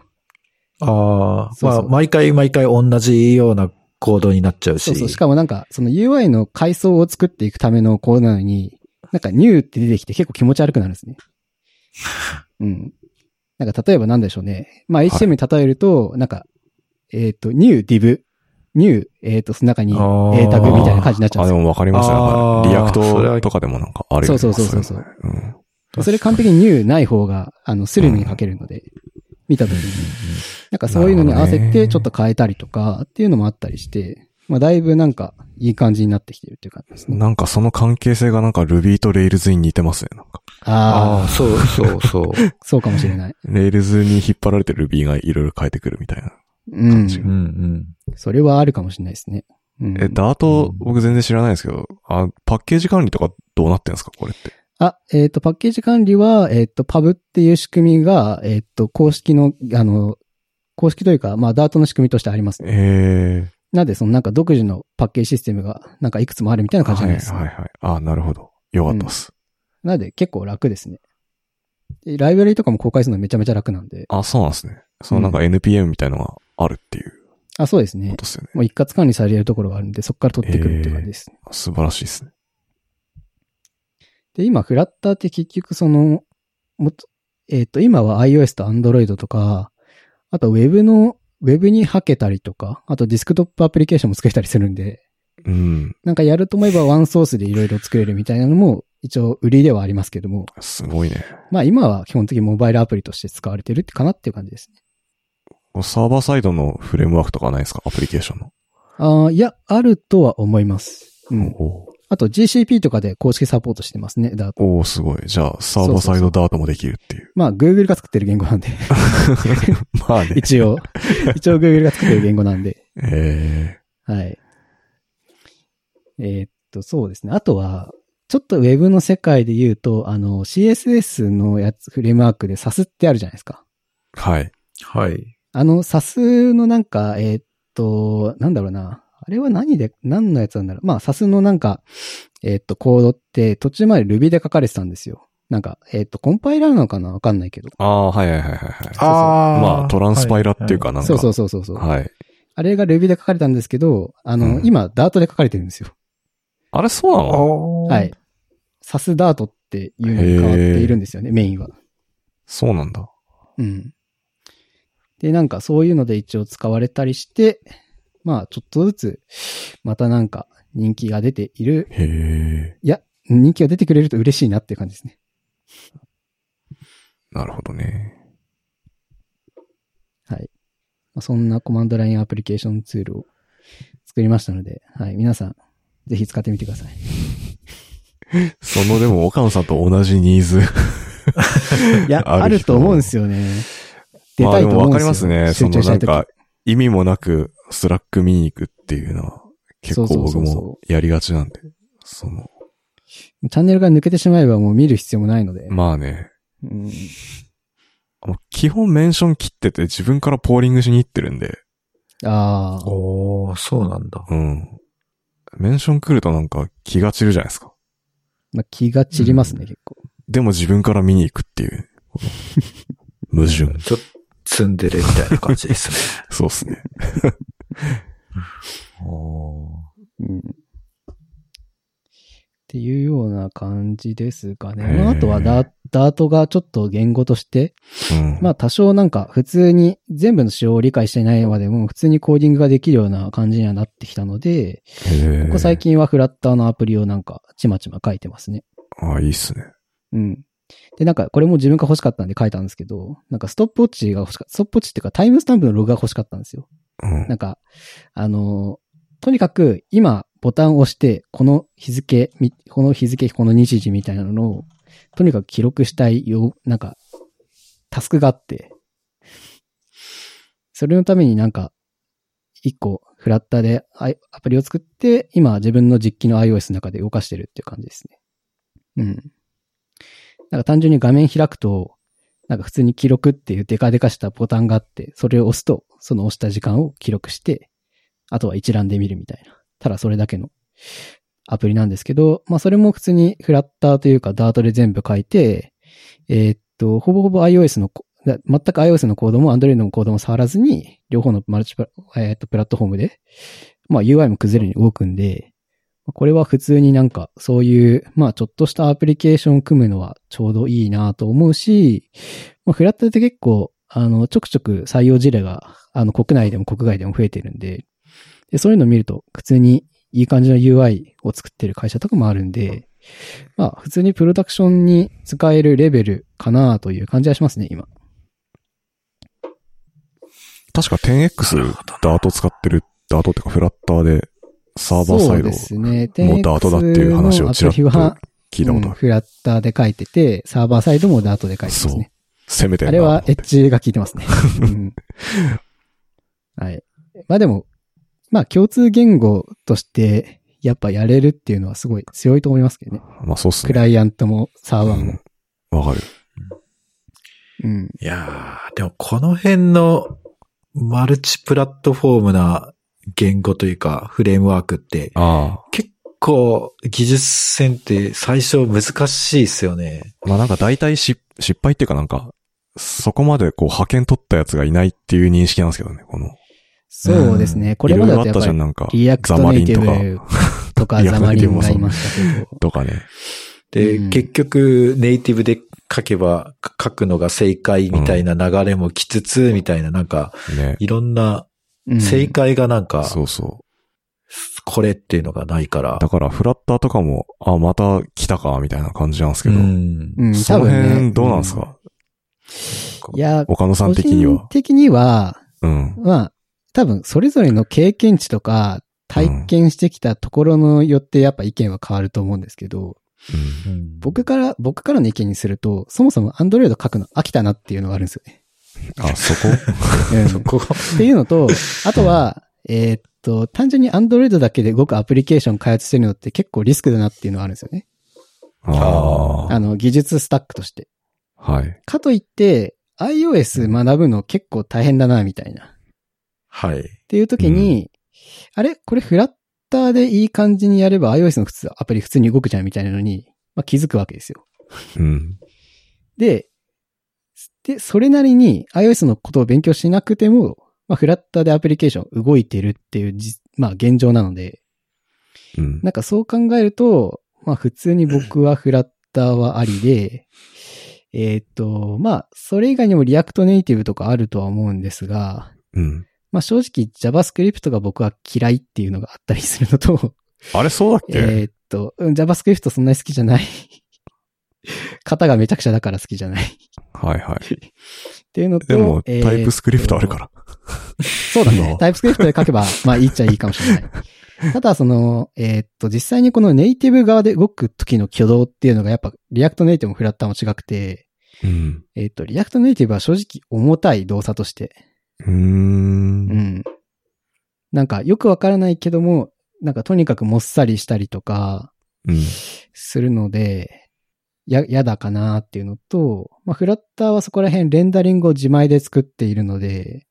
Speaker 1: ああ、
Speaker 3: そうそう
Speaker 1: まあ、毎回毎回同じような行動になっちゃうし。
Speaker 3: そうそう。しかもなんか、その UI の階層を作っていくためのコードなのに、なんか、ニューって出てきて結構気持ち悪くなるんですね。うん。なんか、例えばなんでしょうね。まあ、
Speaker 2: い
Speaker 3: HTML に例えると、なんか、えっ、と、ニュー、ディブ、ニュー、えっ、と、その中に、
Speaker 1: あー
Speaker 3: A タグみたいな感じになっちゃう
Speaker 2: あ、
Speaker 3: ん
Speaker 2: で
Speaker 3: ですよ。
Speaker 2: もわかりました
Speaker 1: あー
Speaker 2: リアク
Speaker 1: それは
Speaker 2: トとかでもなんかあるよね
Speaker 3: そうそうそうそう
Speaker 2: いのね
Speaker 3: それ完璧にニューない方が、あの、スリムに書けるので、見たときに。なんかそういうのに合わせて、ちょっと変えたりとか、っていうのもあったりして、まあ、だいぶなんか、いい感じになってきてるっていう感じですね。
Speaker 2: なんかその関係性がなんか Ruby と Rails に似てますね。なんか
Speaker 1: ああ、
Speaker 3: ああ、
Speaker 1: そうそうそう。 [laughs]
Speaker 3: そうかもしれない。
Speaker 2: Rails に引っ張られて Ruby がいろいろ変えてくるみたいな。
Speaker 3: う
Speaker 2: 感
Speaker 3: ん。
Speaker 2: じ
Speaker 1: うんうん。
Speaker 3: それはあるかもしれないですね。うん、
Speaker 2: え、ダート僕全然知らないですけど、あ、パッケージ管理とかどうなってんですかこれって。
Speaker 3: あ、えっ、と、パッケージ管理は、えっ、と、パブっていう仕組みが、えっ、と、公式の、あの、公式というか、まあ、ダートの仕組みとしてありますね。
Speaker 2: え
Speaker 3: なんで、そのなんか独自のパッケージシステムが、なんかいくつもあるみたい
Speaker 2: え
Speaker 3: な感じ
Speaker 2: は
Speaker 3: ないん
Speaker 2: はい
Speaker 3: です。
Speaker 2: はい。あ、なるほど。よかったっす。
Speaker 3: なんで、結構楽ですね。でライブラリとかも公開するのめちゃめちゃ楽なんで。
Speaker 2: あ、そうなんですね。そのなんか NPM みたいのがあるっていう
Speaker 3: あ、そうです
Speaker 2: こ
Speaker 3: ね
Speaker 2: と。ですよね。
Speaker 3: もう一括管理されるところがあるんで、そこから取ってくるっていう感じです。
Speaker 2: 素晴らしいですね。
Speaker 3: で、今、フラッターって結局その、もっと、えっ、と、今は iOS と Android とか、あと Web の、Web にハけたりとか、あとディスクトップアプリケーションも作れたりするんで、
Speaker 2: うん。
Speaker 3: なんかやると思えばワンソースでいろいろ作れるみたいなのも、一応売りではありますけども、
Speaker 2: すごいね。
Speaker 3: まあ今は基本的にモバイルアプリとして使われてるってかなっていう感じですね。
Speaker 2: サーバーサイドのフレームワークとかないですかアプリケーションの。
Speaker 3: ああ、いや、あるとは思います。うん。
Speaker 2: お
Speaker 3: あと GCP とかで公式サポートしてますね、ダート。
Speaker 2: おーすごい。じゃあ、サーバーサイドダートもできるっていう。
Speaker 3: まあ Google が作ってる言語なんで、
Speaker 2: [laughs] まあね。
Speaker 3: [laughs] 一応。一応 Google が作ってる言語なんで。
Speaker 2: え
Speaker 3: はい。えーっと、そうですね。あとは、ちょっと Web の世界で言うと、あの、CSS のやつ、フレームワークで SAS ってあるじゃないですか。
Speaker 2: えはい。
Speaker 1: はい。
Speaker 3: あの、SAS のなんか、えーっと、なんだろうな。あれは何で、何のやつなんだろう。まあ、SAS のなんか、えーっと、コードって途中まで Ruby で書かれてたんですよ。なんか、えーっと、コンパイラーなのかなわかんないけど。
Speaker 2: ああ、はいはいはいはいはい。
Speaker 1: あー
Speaker 2: まあ、トランスパイラっていうかなんか。
Speaker 3: そうそうそうそうそう。
Speaker 2: はい。
Speaker 3: あれが Ruby で書かれたんですけど、あの、
Speaker 2: うん
Speaker 3: 今、Dart で書かれてるんですよ。
Speaker 2: あれそうな
Speaker 1: あ
Speaker 2: の
Speaker 1: あ。
Speaker 3: はい。。サスダートっていうのに変わっているんですよね、メインは。
Speaker 2: そうなんだ。
Speaker 3: うん。で、なんかそういうので一応使われたりして、まあちょっとずつ、またなんか人気が出ている、
Speaker 2: へえ。
Speaker 3: いや、人気が出てくれると嬉しいなっていう感じですね。
Speaker 2: なるほどね。
Speaker 3: はい。まあ、そんなコマンドラインアプリケーションツールを作りましたので、はい、皆さん、ぜひ使ってみてください。
Speaker 2: そのでも、岡野さんと同じニーズ。
Speaker 3: [laughs] いや、
Speaker 2: [laughs] ある
Speaker 3: あると思うんですよね。出
Speaker 2: まあ
Speaker 3: たい
Speaker 2: で
Speaker 3: と
Speaker 2: も
Speaker 3: 思う
Speaker 2: わ
Speaker 3: ん
Speaker 2: か
Speaker 3: です
Speaker 2: り
Speaker 3: よ。
Speaker 2: ますね。その
Speaker 3: 集中した
Speaker 2: ないん
Speaker 3: 時
Speaker 2: か、意味もなく、スラック見に行くっていうのは、結構
Speaker 3: そうそ
Speaker 2: 僕
Speaker 3: うそうそう
Speaker 2: もやりがちなんで。その、
Speaker 3: チャンネルが抜けてしまえばもう見る必要もないので。
Speaker 2: まあね。
Speaker 3: うん
Speaker 2: あの基本メンション切ってて自分からポーリングしに行ってるんで。
Speaker 3: ああ。
Speaker 1: おー、そうなんだ。
Speaker 2: うん。メンション来るとなんか気が散るじゃないですか。
Speaker 3: まあ、気が散りますね、
Speaker 1: うん
Speaker 3: 結構。
Speaker 2: でも自分から見に行くっていう。矛盾。
Speaker 1: ちょっと積んでるみたいな感じ
Speaker 3: [laughs]
Speaker 1: ですね。
Speaker 2: そうです
Speaker 1: [laughs]
Speaker 2: ね。
Speaker 1: おー
Speaker 3: うん。っていうような感じですかね。
Speaker 2: へー
Speaker 3: まあ、あとはダダートがちょっと言語として、
Speaker 2: うん。
Speaker 3: まあ多少なんか普通に全部の仕様を理解してないまでも普通にコーディングができるような感じにはなってきたので、
Speaker 2: へー
Speaker 3: ここ最近はフラッターのアプリをなんかちまちま書いてますね。
Speaker 2: あ、いいっすね。
Speaker 3: うん。で、なんかこれも自分が欲しかったんで書いたんですけど、なんかストップウォッチが欲しかった、ストップウォッチっていうかタイムスタンプのログが欲しかったんですよ。
Speaker 2: うん。
Speaker 3: なんか、あの、とにかく今ボタンを押して、この日付、みこの日付、この日時みたいなのを、とにかく記録したいよう、なんか、タスクがあって、それのためになんか、一個フラッターでアイアプリを作って、今自分の実機の iOS の中で動かしてるっていう感じですね。うん。なんか単純に画面開くと、なんか普通に記録っていうデカデカしたボタンがあって、それを押すと、その押した時間を記録して、あとは一覧で見るみたいな。ただそれだけのアプリなんですけど、まあそれも普通にフラッターというかダートで全部書いて、えーっと、ほぼほぼ iOS のこ、だ全く iOS のコードも Android のコードも触らずに、両方のマルチプラ、えーっと、プラットフォームで、まあ UI も崩れるように動くんで、これは普通になんかそういう、まあちょっとしたアプリケーション組むのはちょうどいいなと思うし、まあ、フラッターって結構、あの、ちょくちょく採用事例が、あの、国内でも国外でも増えてるんで、でそういうのを見ると、普通にいい感じの UI を作ってる会社とかもあるんで、まあ、普通にプロダクションに使えるレベルかなという感じがしますね、今。
Speaker 2: 確か 10X ダート使ってる、ダートっていうかフラッターでサーバーサイド
Speaker 3: そうですね。
Speaker 2: もうダートだっていう話をちらっと
Speaker 3: TENX のアプリは
Speaker 2: 聞いたこと
Speaker 3: うん
Speaker 2: ある。
Speaker 3: フラッターで書いてて、サーバーサイドもダートで書いてますね。
Speaker 2: 攻めて
Speaker 3: あ
Speaker 2: る
Speaker 3: れ
Speaker 2: なと思
Speaker 3: は
Speaker 2: って
Speaker 3: エッジが効い
Speaker 2: [laughs]
Speaker 3: てますね。うんはい。まあでも、まあ共通言語として、やっぱやれるっていうのはすごい強いと思いますけどね。
Speaker 2: まあそうっす
Speaker 3: ク
Speaker 2: ね。
Speaker 3: ライアントもサーバーも。
Speaker 2: うん。わかる。
Speaker 3: うん。
Speaker 1: いやー、でもこの辺のマルチプラットフォームな言語というかフレームワークって
Speaker 2: あ
Speaker 1: 結構技術戦って最初難しいですよね。
Speaker 2: あ。まあなんか大体し失敗っていうかなんか、そこまでこう派遣取ったやつがいないっていう認識なんですけどね、この。
Speaker 3: そうですね。これまでだと
Speaker 2: いろいろあ
Speaker 3: や
Speaker 2: っ
Speaker 3: った
Speaker 2: じ
Speaker 3: ぱ
Speaker 2: ゃん、
Speaker 3: り、
Speaker 2: なんか。
Speaker 3: リアク
Speaker 2: ザ
Speaker 3: ト
Speaker 2: マ
Speaker 3: ネ
Speaker 2: リ
Speaker 3: イ
Speaker 2: ン
Speaker 3: テ
Speaker 2: とか。
Speaker 3: ィブ
Speaker 2: [laughs]
Speaker 3: とか
Speaker 2: リア
Speaker 3: ザ
Speaker 2: クト
Speaker 3: マ
Speaker 2: ネイ
Speaker 3: リ
Speaker 2: ティブ
Speaker 3: ン
Speaker 2: も
Speaker 3: が
Speaker 2: そう
Speaker 3: いましたけど。
Speaker 2: とかね。
Speaker 1: で、
Speaker 3: うん
Speaker 1: 結局ネイティブで書けばか書くのが正解みたいな流れも来つつ、みたいななんか
Speaker 2: ね。
Speaker 1: いろんな
Speaker 3: うん
Speaker 1: 正解がなんか、
Speaker 2: そうそう。
Speaker 1: これっていうのがないから。
Speaker 2: だから、フラッターとかも、あ、また来たか、みたいな感じなんですけ
Speaker 1: う
Speaker 2: ど。
Speaker 1: ん。
Speaker 3: うん、
Speaker 2: そ
Speaker 3: 多
Speaker 2: の
Speaker 3: 分
Speaker 2: 辺、
Speaker 3: ね。
Speaker 2: どうなんですか、
Speaker 3: うんいや、
Speaker 2: 岡野さん的に
Speaker 3: 個人
Speaker 2: は。
Speaker 3: 的には、
Speaker 2: うん。
Speaker 3: まあ、多分それぞれの経験値とか、体験してきたところのよってやっぱ意見は変わると思うんですけど、
Speaker 1: うん
Speaker 3: 僕から、僕からの意見にすると、そもそも Android 書くの飽きたなっていうのがあるんですよね。
Speaker 2: あ、そ
Speaker 3: [laughs]
Speaker 2: こ
Speaker 3: うん
Speaker 1: そこ。
Speaker 3: っていうのと、あとは、えーっと、単純に Android だけで動くアプリケーション開発してるのって結構リスクだなっていうのはあるんですよね。
Speaker 2: あ
Speaker 3: あの、技術スタックとして。
Speaker 2: あ。はい。
Speaker 3: かといって、iOS 学ぶの結構大変だな、みたいな。
Speaker 1: はい。
Speaker 3: っていう時に、あれこれフラッターでいい感じにやれば iOS の普通、アプリ普通に動くじゃんみたいなのに、まあ、気づくわけですよ。
Speaker 2: うん。
Speaker 3: で、で、それなりに iOS のことを勉強しなくても、まあ、フラッターでアプリケーション動いてるっていうじ、まあ、現状なので、
Speaker 2: うん。
Speaker 3: なんかそう考えると、まあ、普通に僕はフラッターはありで、えーっと、まあ、それ以外にもリアクトネイティブとかあるとは思うんですが、
Speaker 2: うん。
Speaker 3: まあ、正直 JavaScript が僕は嫌いっていうのがあったりするのと、
Speaker 2: あれ、そうだっけ、
Speaker 3: えーっと、うん JavaScript そんなに好きじゃない。型がめちゃくちゃだから好きじゃない。っ
Speaker 2: はいはい。
Speaker 3: ていうのと、
Speaker 2: でも、
Speaker 3: えー
Speaker 2: タイプスクリプトあるから。
Speaker 3: そうだね。タイプスクリプトで書けば、まあいいっちゃいいかもしれない。ただ、その、えーっと、実際にこのネイティブ側で動く時の挙動っていうのがやっぱ、リアクトネイティブもフラッターも違くて、
Speaker 2: うん。
Speaker 3: えーっと、リアクトネイティブは正直重たい動作として、
Speaker 2: うーん。
Speaker 3: うん。なんか、よくわからないけども、なんかとにかくもっさりしたりとか、
Speaker 2: うん。
Speaker 3: するので、や、やだかなっていうのと、まあ、フラッターはそこら辺レンダリングを自前で作っているので、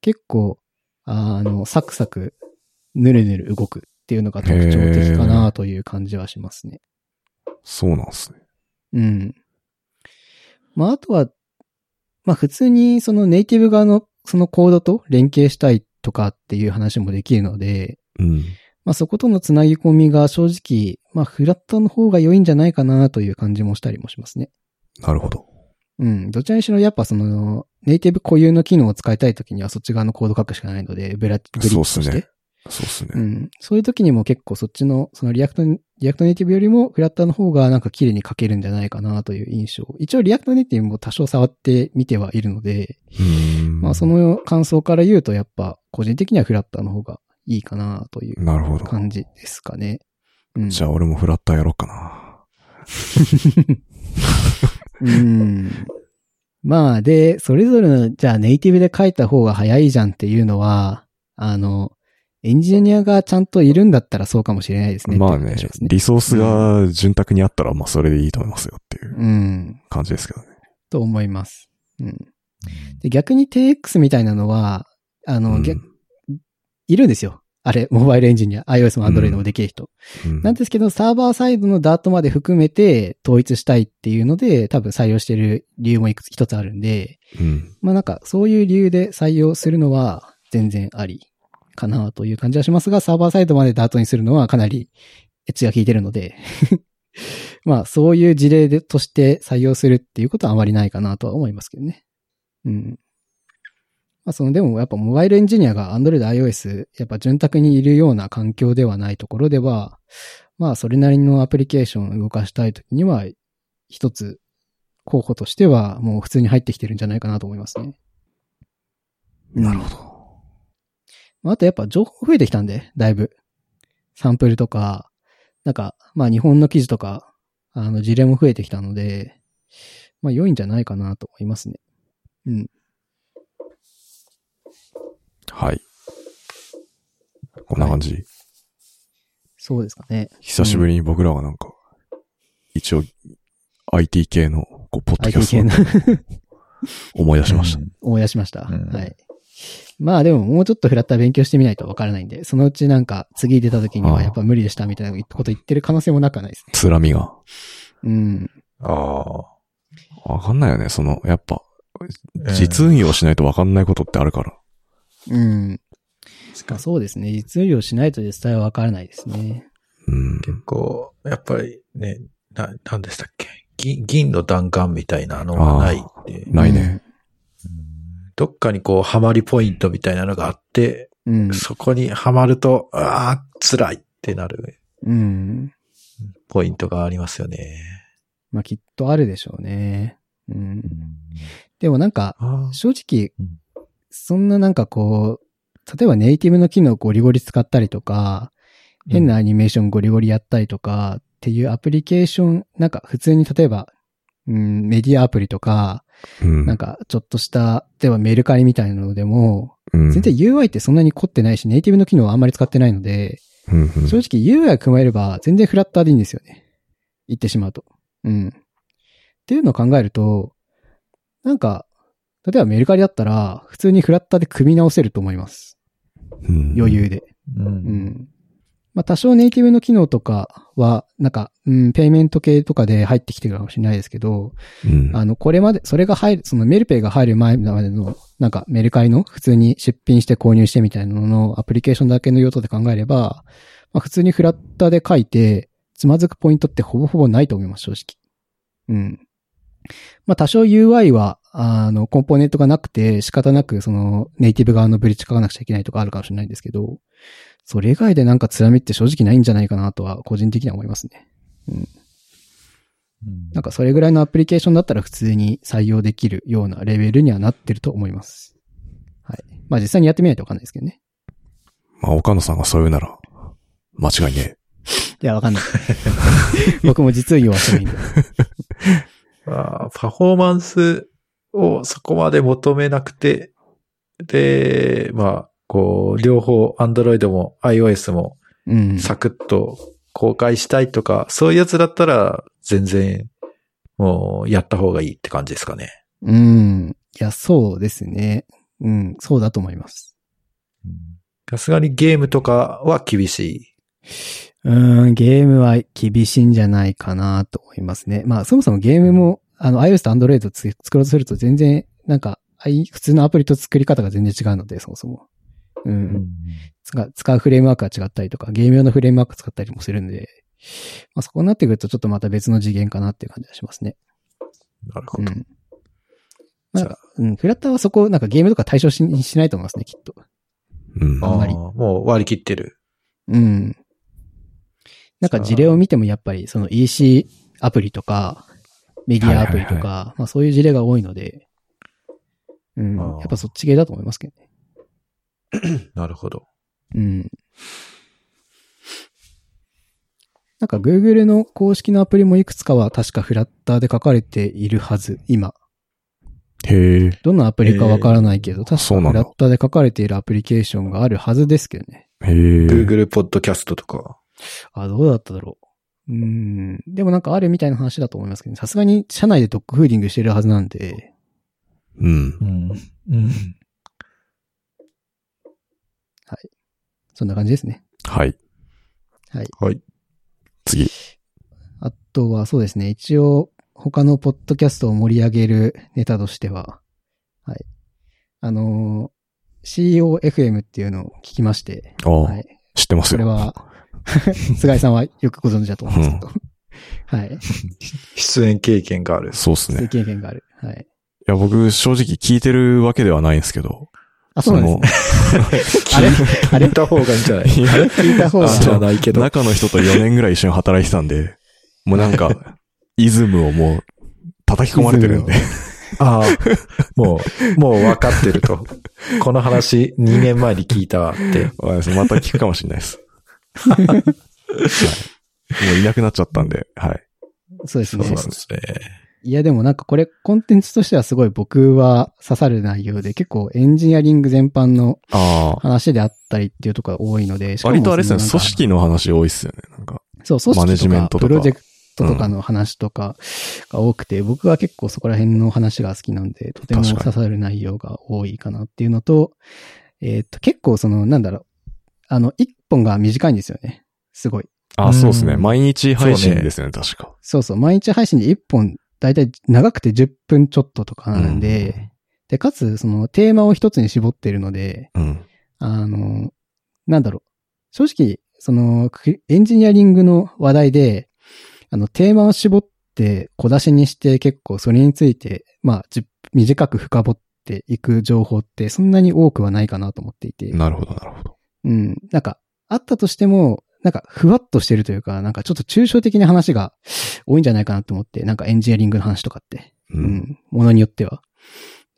Speaker 3: 結構、ああの、サクサク、ぬるぬる動くっていうのが特徴的かなという感じはしますね。
Speaker 2: そうなんですね。
Speaker 3: うん。まあ、あとは、まあ、普通にそのネイティブ側のそのコードと連携したいとかっていう話もできるので、
Speaker 2: うん。
Speaker 3: まあ、そことのつなぎ込みが正直、まあ、フラットの方が良いんじゃないかなという感じもしたりもしますね。
Speaker 2: なるほど。
Speaker 3: うん。どちらにしろやっぱその、ネイティブ固有の機能を使いたいときにはそっち側のコード書くしかないので、ブラブリッジとし
Speaker 2: そ
Speaker 3: て。
Speaker 2: うっすねそうっすね。
Speaker 3: うん。そういう時にも結構そっちの、そのリアクト、リアクトネイティブよりもフラッターの方がなんか綺麗に書けるんじゃないかなという印象。一応リアクトネイティブも多少触ってみてはいるので、
Speaker 2: うーん。
Speaker 3: まあそ、の感想から言うとやっぱ個人的にはフラッターの方がいいかなという
Speaker 2: なるほど。
Speaker 3: 感じですかね。うん。
Speaker 2: じゃあ、俺もフラッターやろうかな。
Speaker 3: うん。まあ、で、それぞれの、じゃあネイティブで書いた方が早いじゃんっていうのは、あの、エンジニアがちゃんといるんだったらそうかもしれないですね。
Speaker 2: まあ
Speaker 3: っていう
Speaker 2: ね
Speaker 3: 話です、
Speaker 2: リソースが潤沢にあったら、まあ、それでいいと思いますよっていう
Speaker 3: うん。
Speaker 2: 感じですけどね。
Speaker 3: と思います。うん。で、逆に TX みたいなのは、あの、
Speaker 2: うん
Speaker 3: 逆いるんですよ。あれ、モバイルエンジニア、iOS も Android もできる人。
Speaker 2: うん
Speaker 3: なんですけど、サーバーサイドのダートまで含めて統一したいっていうので、多分採用してる理由もいくつ一つあるんで、
Speaker 2: うん。
Speaker 3: まあなんかそういう理由で採用するのは全然ありかなという感じはしますが、サーバーサイドまでダートにするのはかなりエッジが効いてるので、 [laughs] まあそういう事例でとして採用するっていうことはあまりないかなとは思いますけどね。うん。まあそのでもやっぱモバイルエンジニアが Android、iOS やっぱ潤沢にいるような環境ではないところでは、まあそれなりのアプリケーションを動かしたいときには一つ候補としては、もう普通に入ってきてるんじゃないかなと思いますね。
Speaker 2: なるほど。
Speaker 3: まああとやっぱ情報増えてきたんで、だいぶ。サンプルとか、なんか、まあ日本の記事とか、あの事例も増えてきたので、まあ良いんじゃないかなと思いますね。うん。
Speaker 2: はい。こんな感じ。
Speaker 3: そうですかね。
Speaker 2: 久しぶりに僕らはなんか、一応、IT 系の、こう、ポッドキャ
Speaker 3: IT
Speaker 2: スト
Speaker 3: 系
Speaker 2: を
Speaker 3: の [laughs]
Speaker 2: 思い出しました。
Speaker 3: 思い出しました。
Speaker 1: うん
Speaker 3: はい。まあでももうちょっとフラッター勉強してみないとわからないんで、そのうちなんか次出た時に
Speaker 2: ああ
Speaker 3: はやっぱ無理でしたみたいなこと言ってる可能性もなくはないですね。
Speaker 2: つらみが。
Speaker 3: うん。
Speaker 1: あ
Speaker 2: わかんないよね、その、やっぱ、
Speaker 1: あ。
Speaker 2: 実運用しないとわかんないことってあるから。
Speaker 3: うん。
Speaker 1: し
Speaker 3: まあそうですね。実用しないと実際はわからないですね。
Speaker 2: うん。
Speaker 1: 結構、やっぱりね、な、なんでしたっけ銀、銀の弾丸みたいなのがないって、うん
Speaker 2: ないね。
Speaker 1: どっかにこう、ハマりポイントみたいなのがあって、
Speaker 3: うん。
Speaker 1: そこにはまると、ああ、辛いってなる
Speaker 3: うん。
Speaker 1: ポイントがありますよね。
Speaker 3: まあきっとあるでしょうね。うん。でもなんか、
Speaker 1: あ
Speaker 3: 正直
Speaker 1: うん、
Speaker 3: そんななんかこう、例えばネイティブの機能をゴリゴリ使ったりとか、
Speaker 1: うん
Speaker 3: 変なアニメーションゴリゴリやったりとかっていうアプリケーション、なんか普通に例えば、うん、メディアアプリとか、
Speaker 2: うん。
Speaker 3: なんかちょっとした、例えばメルカリみたいなのでも、
Speaker 2: うん、
Speaker 3: 全然 UI ってそんなに凝ってないし、ネイティブの機能はあんまり使ってないので、
Speaker 2: うん、うん
Speaker 3: 正直 UI を加えれば全然フラッターでいいんですよね。言ってしまうと。うん。っていうのを考えると、なんか、例えばメルカリだったら、普通にフラッターで組み直せると思います。
Speaker 2: うん
Speaker 3: 余裕で。
Speaker 1: うん。
Speaker 3: う。ん。まあ多少ネイティブの機能とかは、なんか、うん、ペイメント系とかで入ってきてるかもしれないですけど、
Speaker 2: うん。
Speaker 3: あの、これまで、それが入る、そのメルペイが入る前までの、なんかメルカリの普通に出品して購入してみたいなののアプリケーションだけの用途で考えれば、まあ普通にフラッターで書いて、つまずくポイントってほぼほぼないと思います、正直。うん。まあ多少 UI は、あの、コンポーネントがなくて仕方なくそのネイティブ側のブリッジ書かなくちゃいけないとかあるかもしれないんですけど、それ以外でなんかつらみって正直ないんじゃないかなとは個人的には思いますね。なんかそれぐらいのアプリケーションだったら普通に採用できるようなレベルにはなってると思います。はい。まあ実際にやってみないとわかんないですけどね。
Speaker 2: まあ、岡野さんがそう言うなら、間違いね
Speaker 3: いや、わ [laughs] かんない。僕も実用はしてないんで。
Speaker 1: まあ、パフォーマンスをそこまで求めなくて、で、まあ、こう、両方、Android も iOS も
Speaker 3: うん。
Speaker 1: サクッと公開したいとか、そういうやつだったら、全然、もう、やった方がいいって感じですかね。
Speaker 3: うん。いや、そうですね。うん。そうだと思います。
Speaker 1: さすがにゲームとかは厳し
Speaker 3: うん、ゲームは厳しいんじゃないかなと思いますね。まあそもそもゲームも、あの iOS と Android つ作ろうとすると全然、なんか、あい普通のアプリと作り方が全然違うので、そもそも。
Speaker 1: い。
Speaker 3: うん使う使うフレームワークが違ったりとか、ゲーム用のフレームワーク使ったりもするんで、まあ、そこになってくるとちょっとまた別の次元かなっていう感じがしますね。
Speaker 1: なる
Speaker 3: う
Speaker 1: ほど。
Speaker 3: ん。まあ、なんか、うん、フラッターはそこ、なんかゲームとか対象ししないと思いますね、きっと。
Speaker 2: え。うん。
Speaker 1: あ
Speaker 3: んまり
Speaker 1: ーもう割り切ってる。
Speaker 3: うん。なんか事例を見てもやっぱり、その EC アプリとか、メディアアプリとか、
Speaker 2: はいは
Speaker 3: まあそういう事例が多いので、うん、
Speaker 1: あー
Speaker 3: やっぱそっち系だと思いますけどね。
Speaker 1: なるほど。
Speaker 3: うん。なんか Google の公式のアプリもいくつかは確かフラッターで書かれているはず、今。
Speaker 2: へえ。
Speaker 3: どのアプリかわからないけど、
Speaker 2: そう
Speaker 3: 確
Speaker 2: なん
Speaker 3: かフ
Speaker 2: だ
Speaker 3: ラッターで書かれているアプリケーションがあるはずですけどね。
Speaker 2: へえ。
Speaker 1: Google ポッドキャストとか。
Speaker 3: あ、どうだっただろう。うーん。でもなんかあるみたいな話だと思いますけどね、さすがに社内でドッグフーディングしてるはずなんで、
Speaker 2: うん。
Speaker 1: ん。うん。
Speaker 3: そんな感じですね。
Speaker 2: はい。
Speaker 3: はい。
Speaker 1: はい。
Speaker 2: 次。
Speaker 3: あとはそうですね、一応他のポッドキャストを盛り上げるネタとしては、はい。あのー COFM っていうのを聞きまして、
Speaker 2: ああ、
Speaker 3: はい。
Speaker 2: 知ってます
Speaker 3: こ
Speaker 2: よ。
Speaker 3: れは、菅井さんはよくご存知だと思うんですけど、はい。
Speaker 1: 出演経験がある。
Speaker 2: そうです
Speaker 3: そうい
Speaker 2: ね
Speaker 3: う。経験がある。は
Speaker 2: い
Speaker 3: い。
Speaker 2: や、僕、正直聞いてるわけではないんですけど。
Speaker 3: あ、そうなんですね。あれあ
Speaker 1: あれ
Speaker 3: れ
Speaker 1: 聞いた方がいいんじゃない
Speaker 2: そのいや
Speaker 3: 聞いた方が、
Speaker 1: あじゃないけど。
Speaker 2: 中の人と4年ぐらい一緒に働いてたんで、もうなん
Speaker 3: [laughs]
Speaker 2: か、イズムをもう、叩き込まれてるんで。
Speaker 1: ああ、もう、もう分かってると。この話2年前に聞いたって。
Speaker 2: [laughs]
Speaker 3: [laughs]
Speaker 2: わかりましたまた聞くかもしれないです。もういなくなっちゃったんで、はい。
Speaker 3: そうです
Speaker 1: そう
Speaker 3: ね。
Speaker 1: なんですね。
Speaker 3: いや、でもなんかこれ、コンテンツとしてはすごい僕は刺さる内容で、結構エンジニアリング全般の
Speaker 2: ああ。
Speaker 3: 話であったりっていうところが多いので、しかも
Speaker 2: 割とあれですね、
Speaker 3: そ
Speaker 2: 組
Speaker 3: の
Speaker 2: 織の話多いっすよね。なんか。
Speaker 3: なんかそう、組
Speaker 2: マネ
Speaker 3: 織
Speaker 2: ジメン
Speaker 3: と
Speaker 2: トとか
Speaker 3: か、プロジェクトとかの話とかが多くて、僕は結構そこら辺の話が好きなんで、とても
Speaker 2: 確かに
Speaker 3: 刺さる内容が多いかなっていうのと、えーっと、結構その、なんだろう、あの、一本が短いんですよね。すごい。
Speaker 2: あ、そうですね。
Speaker 1: うん
Speaker 2: 毎日配信ですね、確か。
Speaker 3: そうそう、毎日配信で1本、だいたい長くて10分ちょっととかなんで、
Speaker 2: うん
Speaker 3: で、かつ、そのテーマを一つに絞ってるので、
Speaker 2: うん。
Speaker 3: あの、なんだろう、正直、その、クエンジニアリングの話題で、あの、テーマを絞って小出しにして結構それについて、まあ、じ短く深掘っていく情報ってそんなに多くはないかなと思っていて。
Speaker 2: なるほど、なるほど。
Speaker 3: うん。なんか、あったとしても、なんか、ふわっとしてるというか、なんかちょっと抽象的な話が多いんじゃないかなと思って、なんかエンジニアリングの話とかって。
Speaker 2: う。
Speaker 3: うんん。ものによっては。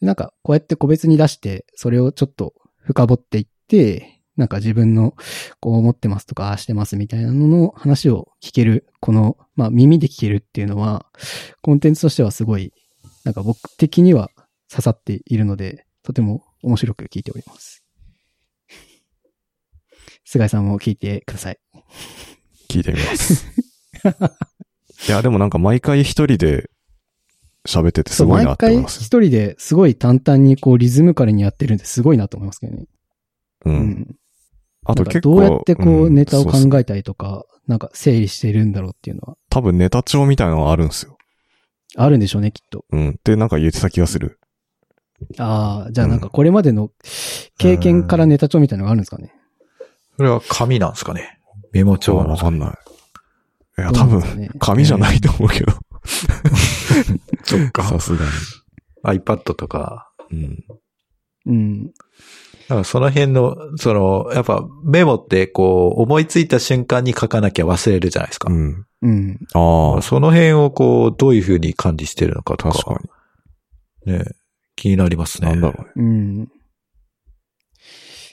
Speaker 3: なんか、こうやって個別に出して、それをちょっと深掘っていって、なんか自分のこう思ってますとか、ああしてますみたいなのの話を聞ける、この、まあ耳で聞けるっていうのは、コンテンツとしてはすごい、なんか僕的には刺さっているので、とても面白く聞いております。菅井さんも聞いてください。
Speaker 2: 聞いてみます。いや、でもなんか毎回一人で喋っててすごいな
Speaker 3: 毎
Speaker 2: って思い
Speaker 3: 回
Speaker 2: ます
Speaker 3: 一
Speaker 2: よ。
Speaker 3: 人ですごい淡々にこうリズムからにやってるんですごいなと思いますけどね。
Speaker 2: う。。
Speaker 3: うん
Speaker 2: あ
Speaker 3: あ
Speaker 2: と
Speaker 3: と
Speaker 2: 結
Speaker 3: 結
Speaker 2: 構。
Speaker 3: 構。どうやってこうネタを考
Speaker 2: え
Speaker 3: えたりとか、なんか整理してるんだろうっていうのは、
Speaker 2: 多分ネタ帳みたいなのがあるんですよ。
Speaker 3: あるんでしょうね、きっと。
Speaker 2: うん。ってなんか言ってた気がする。
Speaker 3: ああ、じゃあなんかこれまでの経験からネタ帳みたいなのがあるんですかね。
Speaker 1: それは紙なんですかね。メモ帳なん
Speaker 2: わ
Speaker 1: ですか
Speaker 2: かんない。いや、
Speaker 3: ど
Speaker 2: 多
Speaker 3: うなんですかね
Speaker 2: 分、 [laughs] 紙じゃないと思うけど。
Speaker 1: そっ
Speaker 2: さすが
Speaker 1: iPad とか。
Speaker 2: に。うん。
Speaker 3: うん。
Speaker 1: だからその辺の、その、やっぱメモってこう、思いついた瞬間に書かなきゃ忘れるじゃないですか。
Speaker 2: うん。
Speaker 3: うん。
Speaker 2: ああ、
Speaker 1: その辺をこう、どういうふうに管理してるのかとか。
Speaker 2: 確か
Speaker 1: ね、気になります
Speaker 2: に。
Speaker 1: ね。
Speaker 2: なんだろうね。
Speaker 3: うん。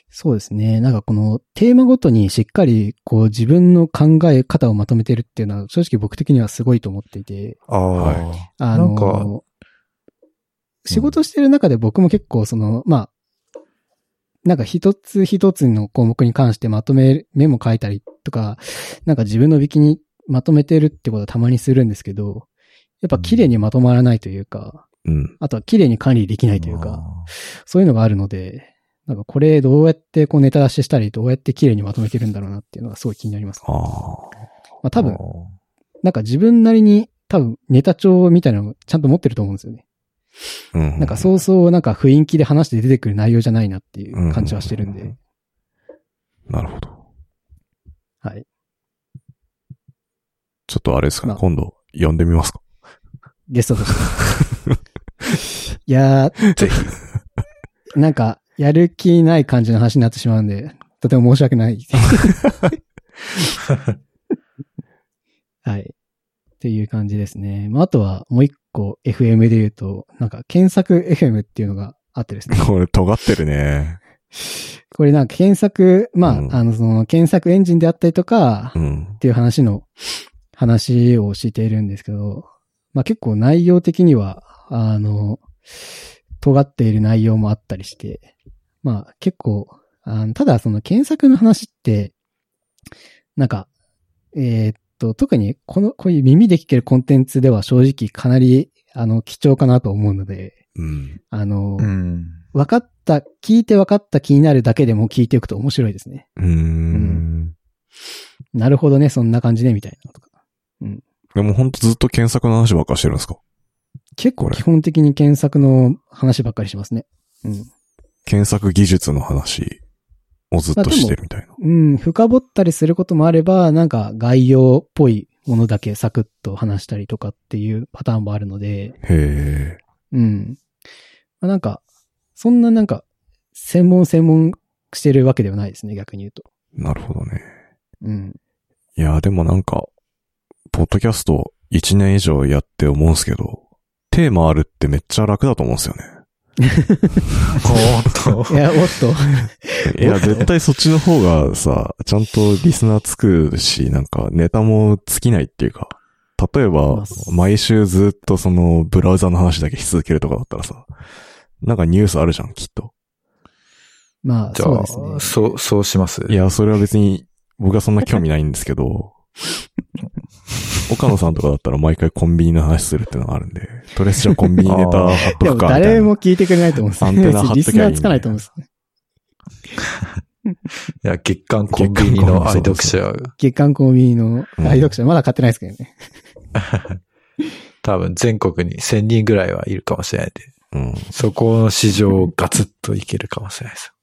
Speaker 3: そうですね。なんかこのテーマごとにしっかりこう自分の考え方をまとめてるっていうのは正直僕的にはすごいと思っていて。
Speaker 1: ああ、
Speaker 2: は
Speaker 3: あの
Speaker 1: なんか
Speaker 3: 仕事してる中で僕も結構その、まあ、なんか一つ一つの項目に関してまとめ、メモ書いたりとか、なんか自分のウィキにまとめてるってことはたまにするんですけど、やっぱ綺麗にまとまらないというか、
Speaker 2: うん。
Speaker 3: あとは綺麗に管理できないというか、そういうのがあるので、なんかこれどうやってこうネタ出ししたり、どうやって綺麗にまとめてるんだろうなっていうのがすごい気になります。
Speaker 2: ああ。
Speaker 3: まあ多分
Speaker 1: あ、ー
Speaker 3: なんか自分なりに多分ネタ帳みたいなのをちゃんと持ってると思うんですよね。
Speaker 2: うん。
Speaker 3: なんかそうそうなんか雰囲気で話して出てくる内容じゃないなっていう感じはしてるん
Speaker 2: うんうんう
Speaker 3: で
Speaker 2: ん、なるほど。
Speaker 3: はい。
Speaker 2: ちょっとあれですかね。
Speaker 3: まあ
Speaker 2: 今度、呼んでみますか。
Speaker 3: ゲストとして。いやー、
Speaker 2: [laughs]
Speaker 1: ぜひ。
Speaker 3: なんか、やる気ない感じの話になってしまうんで、とても申し訳ない。はい。っていう感じですね。まあ、あとはもう一個 FM で言うと、なんか検索 FM っていうのがあっ
Speaker 2: [laughs]
Speaker 3: てですね。
Speaker 2: これ、尖ってるね。
Speaker 3: これなんか検索、まあ、
Speaker 2: うん
Speaker 3: あの、その検索エンジンであったりとか
Speaker 2: う、ん
Speaker 3: っ。ていう話の、話をしているんですけど、まあ結構内容的には、あの、尖っている内容もあったりして、まあ結構、あのただその検索の話って、なんか、えーっと、特にこの、こういう耳で聞けるコンテンツでは正直かなり、あの、貴重かなと思うので、
Speaker 2: うん。
Speaker 3: あの、
Speaker 1: うん。
Speaker 3: 分かった、聞いて分かった気になるだけでも聞いていくと面白いですね。
Speaker 2: うーん。
Speaker 3: なるほどね、そんな感じね、みたいなとか。
Speaker 2: でもほんとずっと検索の話ばっかりしてるんですか
Speaker 3: 結
Speaker 2: こ
Speaker 3: 構
Speaker 2: れ
Speaker 3: 基本的に検索の話ばっかりしますね。うん。
Speaker 2: 検索技術の話をずっとしてるみたいな。
Speaker 3: うん、深掘ったりすることもあれば、なんか概要っぽいものだけサクッと話したりとかっていうパターンもあるので、
Speaker 2: へえ。
Speaker 3: うん。まあ、なんか、そんななんか、専門専門してるわけではないですね、逆に言うと。
Speaker 2: なるほどね。
Speaker 3: うん。
Speaker 2: いや、でもなんか、ポッドキャスト1年以上やって思うんすけど、テーマあるってめっちゃ楽だと思うんですよね。
Speaker 1: おーっ
Speaker 3: い
Speaker 1: と。
Speaker 3: や、おっと。
Speaker 2: いや、絶対そっちの方がさ、ちゃんとリスナーつくし、なんかネタも尽きないっていうか、例え
Speaker 3: ま
Speaker 2: ば
Speaker 3: あそ、
Speaker 2: 毎週ずっとそのブラウザの話だけし続けるとかだったらさ、なんかニュースあるじゃん、きっと。
Speaker 3: まあ、
Speaker 1: じ
Speaker 3: そう
Speaker 1: ゃ
Speaker 3: で
Speaker 1: あ、
Speaker 3: す
Speaker 1: そ
Speaker 3: ね
Speaker 1: う。そう、します。
Speaker 2: いや、それは別に僕はそんな興味ないんですけど、岡野さんとかだったら毎回コンビニの話するってのがあるんで、とりあえずじゃあコンビニネタ貼っとく
Speaker 3: でも
Speaker 2: かみたいな。
Speaker 3: 誰も聞いてくれないと思うんです
Speaker 2: アンテナ張っ
Speaker 3: [laughs] リ
Speaker 2: と
Speaker 3: ス
Speaker 2: きゃいいんだよ
Speaker 3: ナーつかないと思うんです。
Speaker 1: いや、月間コンビニの愛読者、
Speaker 3: 月刊コンビニの愛読者、まだ買ってないですけどね。
Speaker 1: 多分全国に1000人ぐらいはいるかもしれないんで、
Speaker 2: うん。い
Speaker 1: そこの市場をガツッといけるかもしれないです。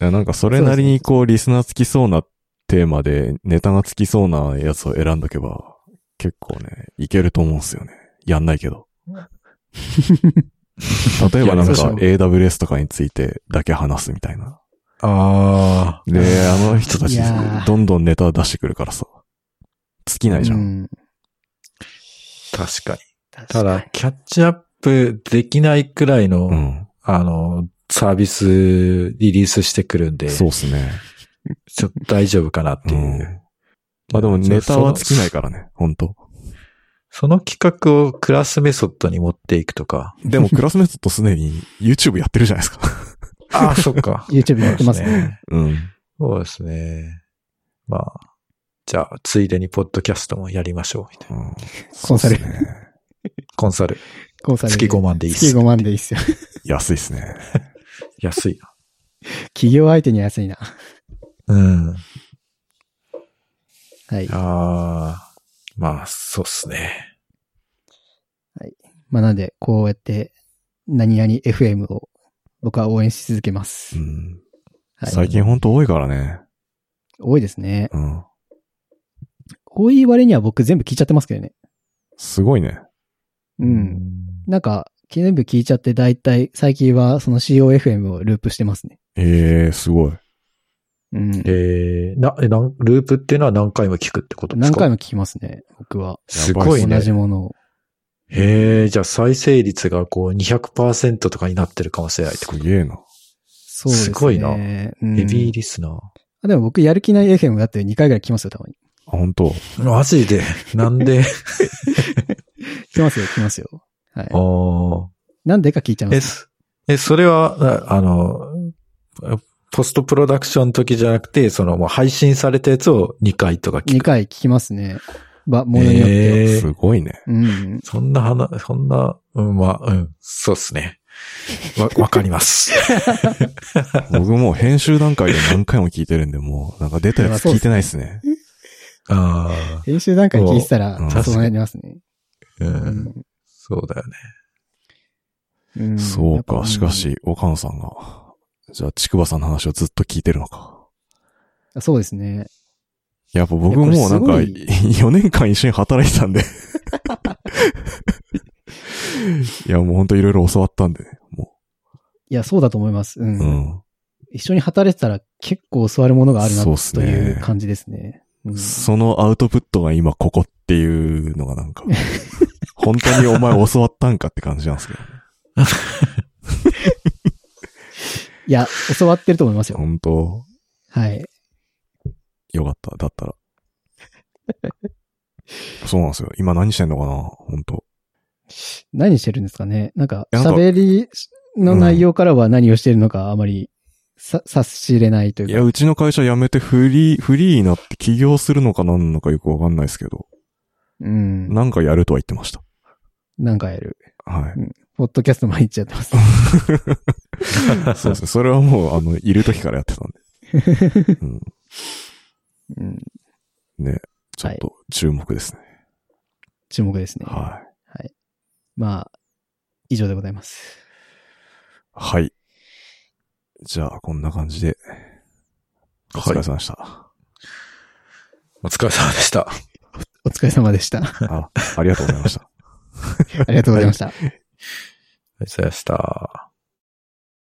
Speaker 2: やなんかそれなりにこう、リスナーつきそうなテーマで、ネタがつきそうなやつを選んどけば、結構ね、いけると思うんですよね。やんないけど。例えばなんか
Speaker 1: いやそう
Speaker 2: AWS とかについてだけ話すみたいな。
Speaker 1: あ
Speaker 2: で、あの人た
Speaker 3: い
Speaker 2: ち
Speaker 3: やー
Speaker 2: どんどんネタ出してくるからさ。尽きないじゃん。
Speaker 3: うん。
Speaker 1: あ、確かに。た
Speaker 3: た
Speaker 1: だ、、キャッチアップできないくらいの、
Speaker 2: うん。
Speaker 1: あの、サービスリリースしてくるんで、
Speaker 2: そうっすね。
Speaker 1: ちょっと大丈夫かなって
Speaker 2: う
Speaker 1: い
Speaker 2: ん
Speaker 1: う。。
Speaker 2: まあでもネタは尽きない
Speaker 1: か。
Speaker 2: からね、本当
Speaker 1: その企画をクラスメソッドに持っていくとか。
Speaker 2: でもクラスメイトとすでに YouTube やってるじゃないですか。
Speaker 1: ああ、そっ [laughs] か。
Speaker 3: YouTube やってます
Speaker 1: そうです
Speaker 3: ね。
Speaker 1: ね。
Speaker 2: [laughs] うん。
Speaker 1: そうですね。まあ、じゃあ、ついでにポッドキャストもやりましょう、みたいな。
Speaker 2: うん
Speaker 3: コンサル
Speaker 2: そうっすね
Speaker 1: コンサル。
Speaker 3: コンサル
Speaker 1: 月5万でいいっす
Speaker 3: 月5万でいいっすよ。 [laughs]
Speaker 2: 安いっすね。
Speaker 1: 安い
Speaker 3: 企業相手には安いな。
Speaker 1: な。うん。
Speaker 3: はい。
Speaker 1: ああ、まあ、そうっすね。
Speaker 3: まあ、なんで、こうやって、何々 FM を僕は応援し続けま
Speaker 2: う
Speaker 3: す。
Speaker 2: ん。
Speaker 3: はい。
Speaker 2: 最近ほんと多いからね。
Speaker 3: 多いですね。
Speaker 2: うん。
Speaker 3: 多い割には僕全部聞いちゃってますけどね。
Speaker 2: すごいね。
Speaker 3: う。。
Speaker 1: うん
Speaker 3: なんか、全部聞いちゃって大体、最近はその COFM をループしてますね。
Speaker 2: ええすごい。
Speaker 3: うん。
Speaker 1: えー、な、え、なん、ループっていうのは何回も聞くってことです
Speaker 3: 何
Speaker 1: か
Speaker 3: 回も聞きますね、僕は。
Speaker 1: すごいね
Speaker 3: 同。じものを。
Speaker 1: へえ、じゃあ再生率がこう200%とかになってるかもしれないってこ
Speaker 2: すげえな。
Speaker 3: そうですね。
Speaker 1: すごいな
Speaker 3: う
Speaker 1: と。
Speaker 3: ん、
Speaker 1: ヘビーリスナ
Speaker 3: あでも僕、やる気ない FM だって2回ぐらい来ますよ、たまに。
Speaker 2: あ、本当
Speaker 1: ー。マジで、なん
Speaker 3: [laughs]
Speaker 1: で、
Speaker 3: 来ますよ、来ますよ。はい。
Speaker 1: お
Speaker 3: なんでか聞いちゃいま
Speaker 1: え、
Speaker 3: す。
Speaker 1: すえ、それは、ああの、ポストプロダクションの時じゃなくて、その、もう配信されたやつを2回とか聞
Speaker 3: 2
Speaker 1: く。
Speaker 3: 回聞きますね。ば、ものによっては。
Speaker 1: えー
Speaker 2: すごいね。 [laughs]
Speaker 3: うん。
Speaker 1: そんな話、そんな、うん、まあ、うん、そうっすね。
Speaker 3: [laughs]
Speaker 1: わ、わかります。
Speaker 2: 僕もう編集段階で何回も聞いてるんで、もう、なんか出たやつ聞いてないっすね。
Speaker 1: ああ、
Speaker 3: 編集段階聞いてたら
Speaker 2: うん、
Speaker 3: そうなりますね。
Speaker 1: う、
Speaker 3: うんん
Speaker 1: そうだよね。
Speaker 3: うん
Speaker 2: そうか、しか。
Speaker 3: やっ
Speaker 2: し、岡野さんが、じゃあ、ちくばさんの話をずっと聞いてるのか。
Speaker 3: ぱそうですね。
Speaker 2: やっぱ僕もう
Speaker 3: いやこ
Speaker 2: な
Speaker 3: れ
Speaker 2: んか、 [laughs]
Speaker 3: すごい
Speaker 2: 4年間一緒に働いてたんで。 [laughs] いや、もうほんといろいろ教わったんでね、も
Speaker 3: いや、そうだと思います。う
Speaker 2: う。
Speaker 3: ん。
Speaker 2: うん。
Speaker 3: 一緒に働いてたら結構教わるものがあるな、
Speaker 2: そうっす
Speaker 3: と
Speaker 2: ね
Speaker 3: いう感じですね。うん
Speaker 2: そのアウトプットが今ここっていうのがなん
Speaker 3: [laughs]
Speaker 2: か、本当にお前教わったんかって感じなんですけど。
Speaker 3: いや、教わってると思いますよ。
Speaker 2: 本当
Speaker 3: はい。
Speaker 2: よかった。だったら。そうなんですよ。今何してんのかな本当
Speaker 3: 何してるんですかねなんか、
Speaker 2: いやなんか
Speaker 3: 喋りの内容からは何をしてるのかあまりさ、察し入れないと
Speaker 2: い
Speaker 3: いう
Speaker 2: や、
Speaker 3: か。
Speaker 2: うちの会社辞めてフリー、フリーになって起業するのかなんのかよくわかんないですけど、
Speaker 3: うん。
Speaker 2: なんかやるとは言ってました。
Speaker 3: なんかやる。
Speaker 2: はい。
Speaker 3: ポッドキャスト毎日やって
Speaker 2: [laughs]
Speaker 3: ます。
Speaker 2: そうですね。それはもう、あの、いる時からやってたん [laughs] で。うん、
Speaker 3: うん。
Speaker 2: ね。ちょっと注目ですね。
Speaker 3: 注目ですね。
Speaker 2: はい。
Speaker 3: まあ、以上でございます。
Speaker 2: はい。じゃあ、こんな感じで、お疲れ様でした。
Speaker 1: お疲れ様でした。
Speaker 3: お疲れ様でした。
Speaker 2: あありがとうございました。
Speaker 3: ありがとうございました。
Speaker 1: ありがとうございました。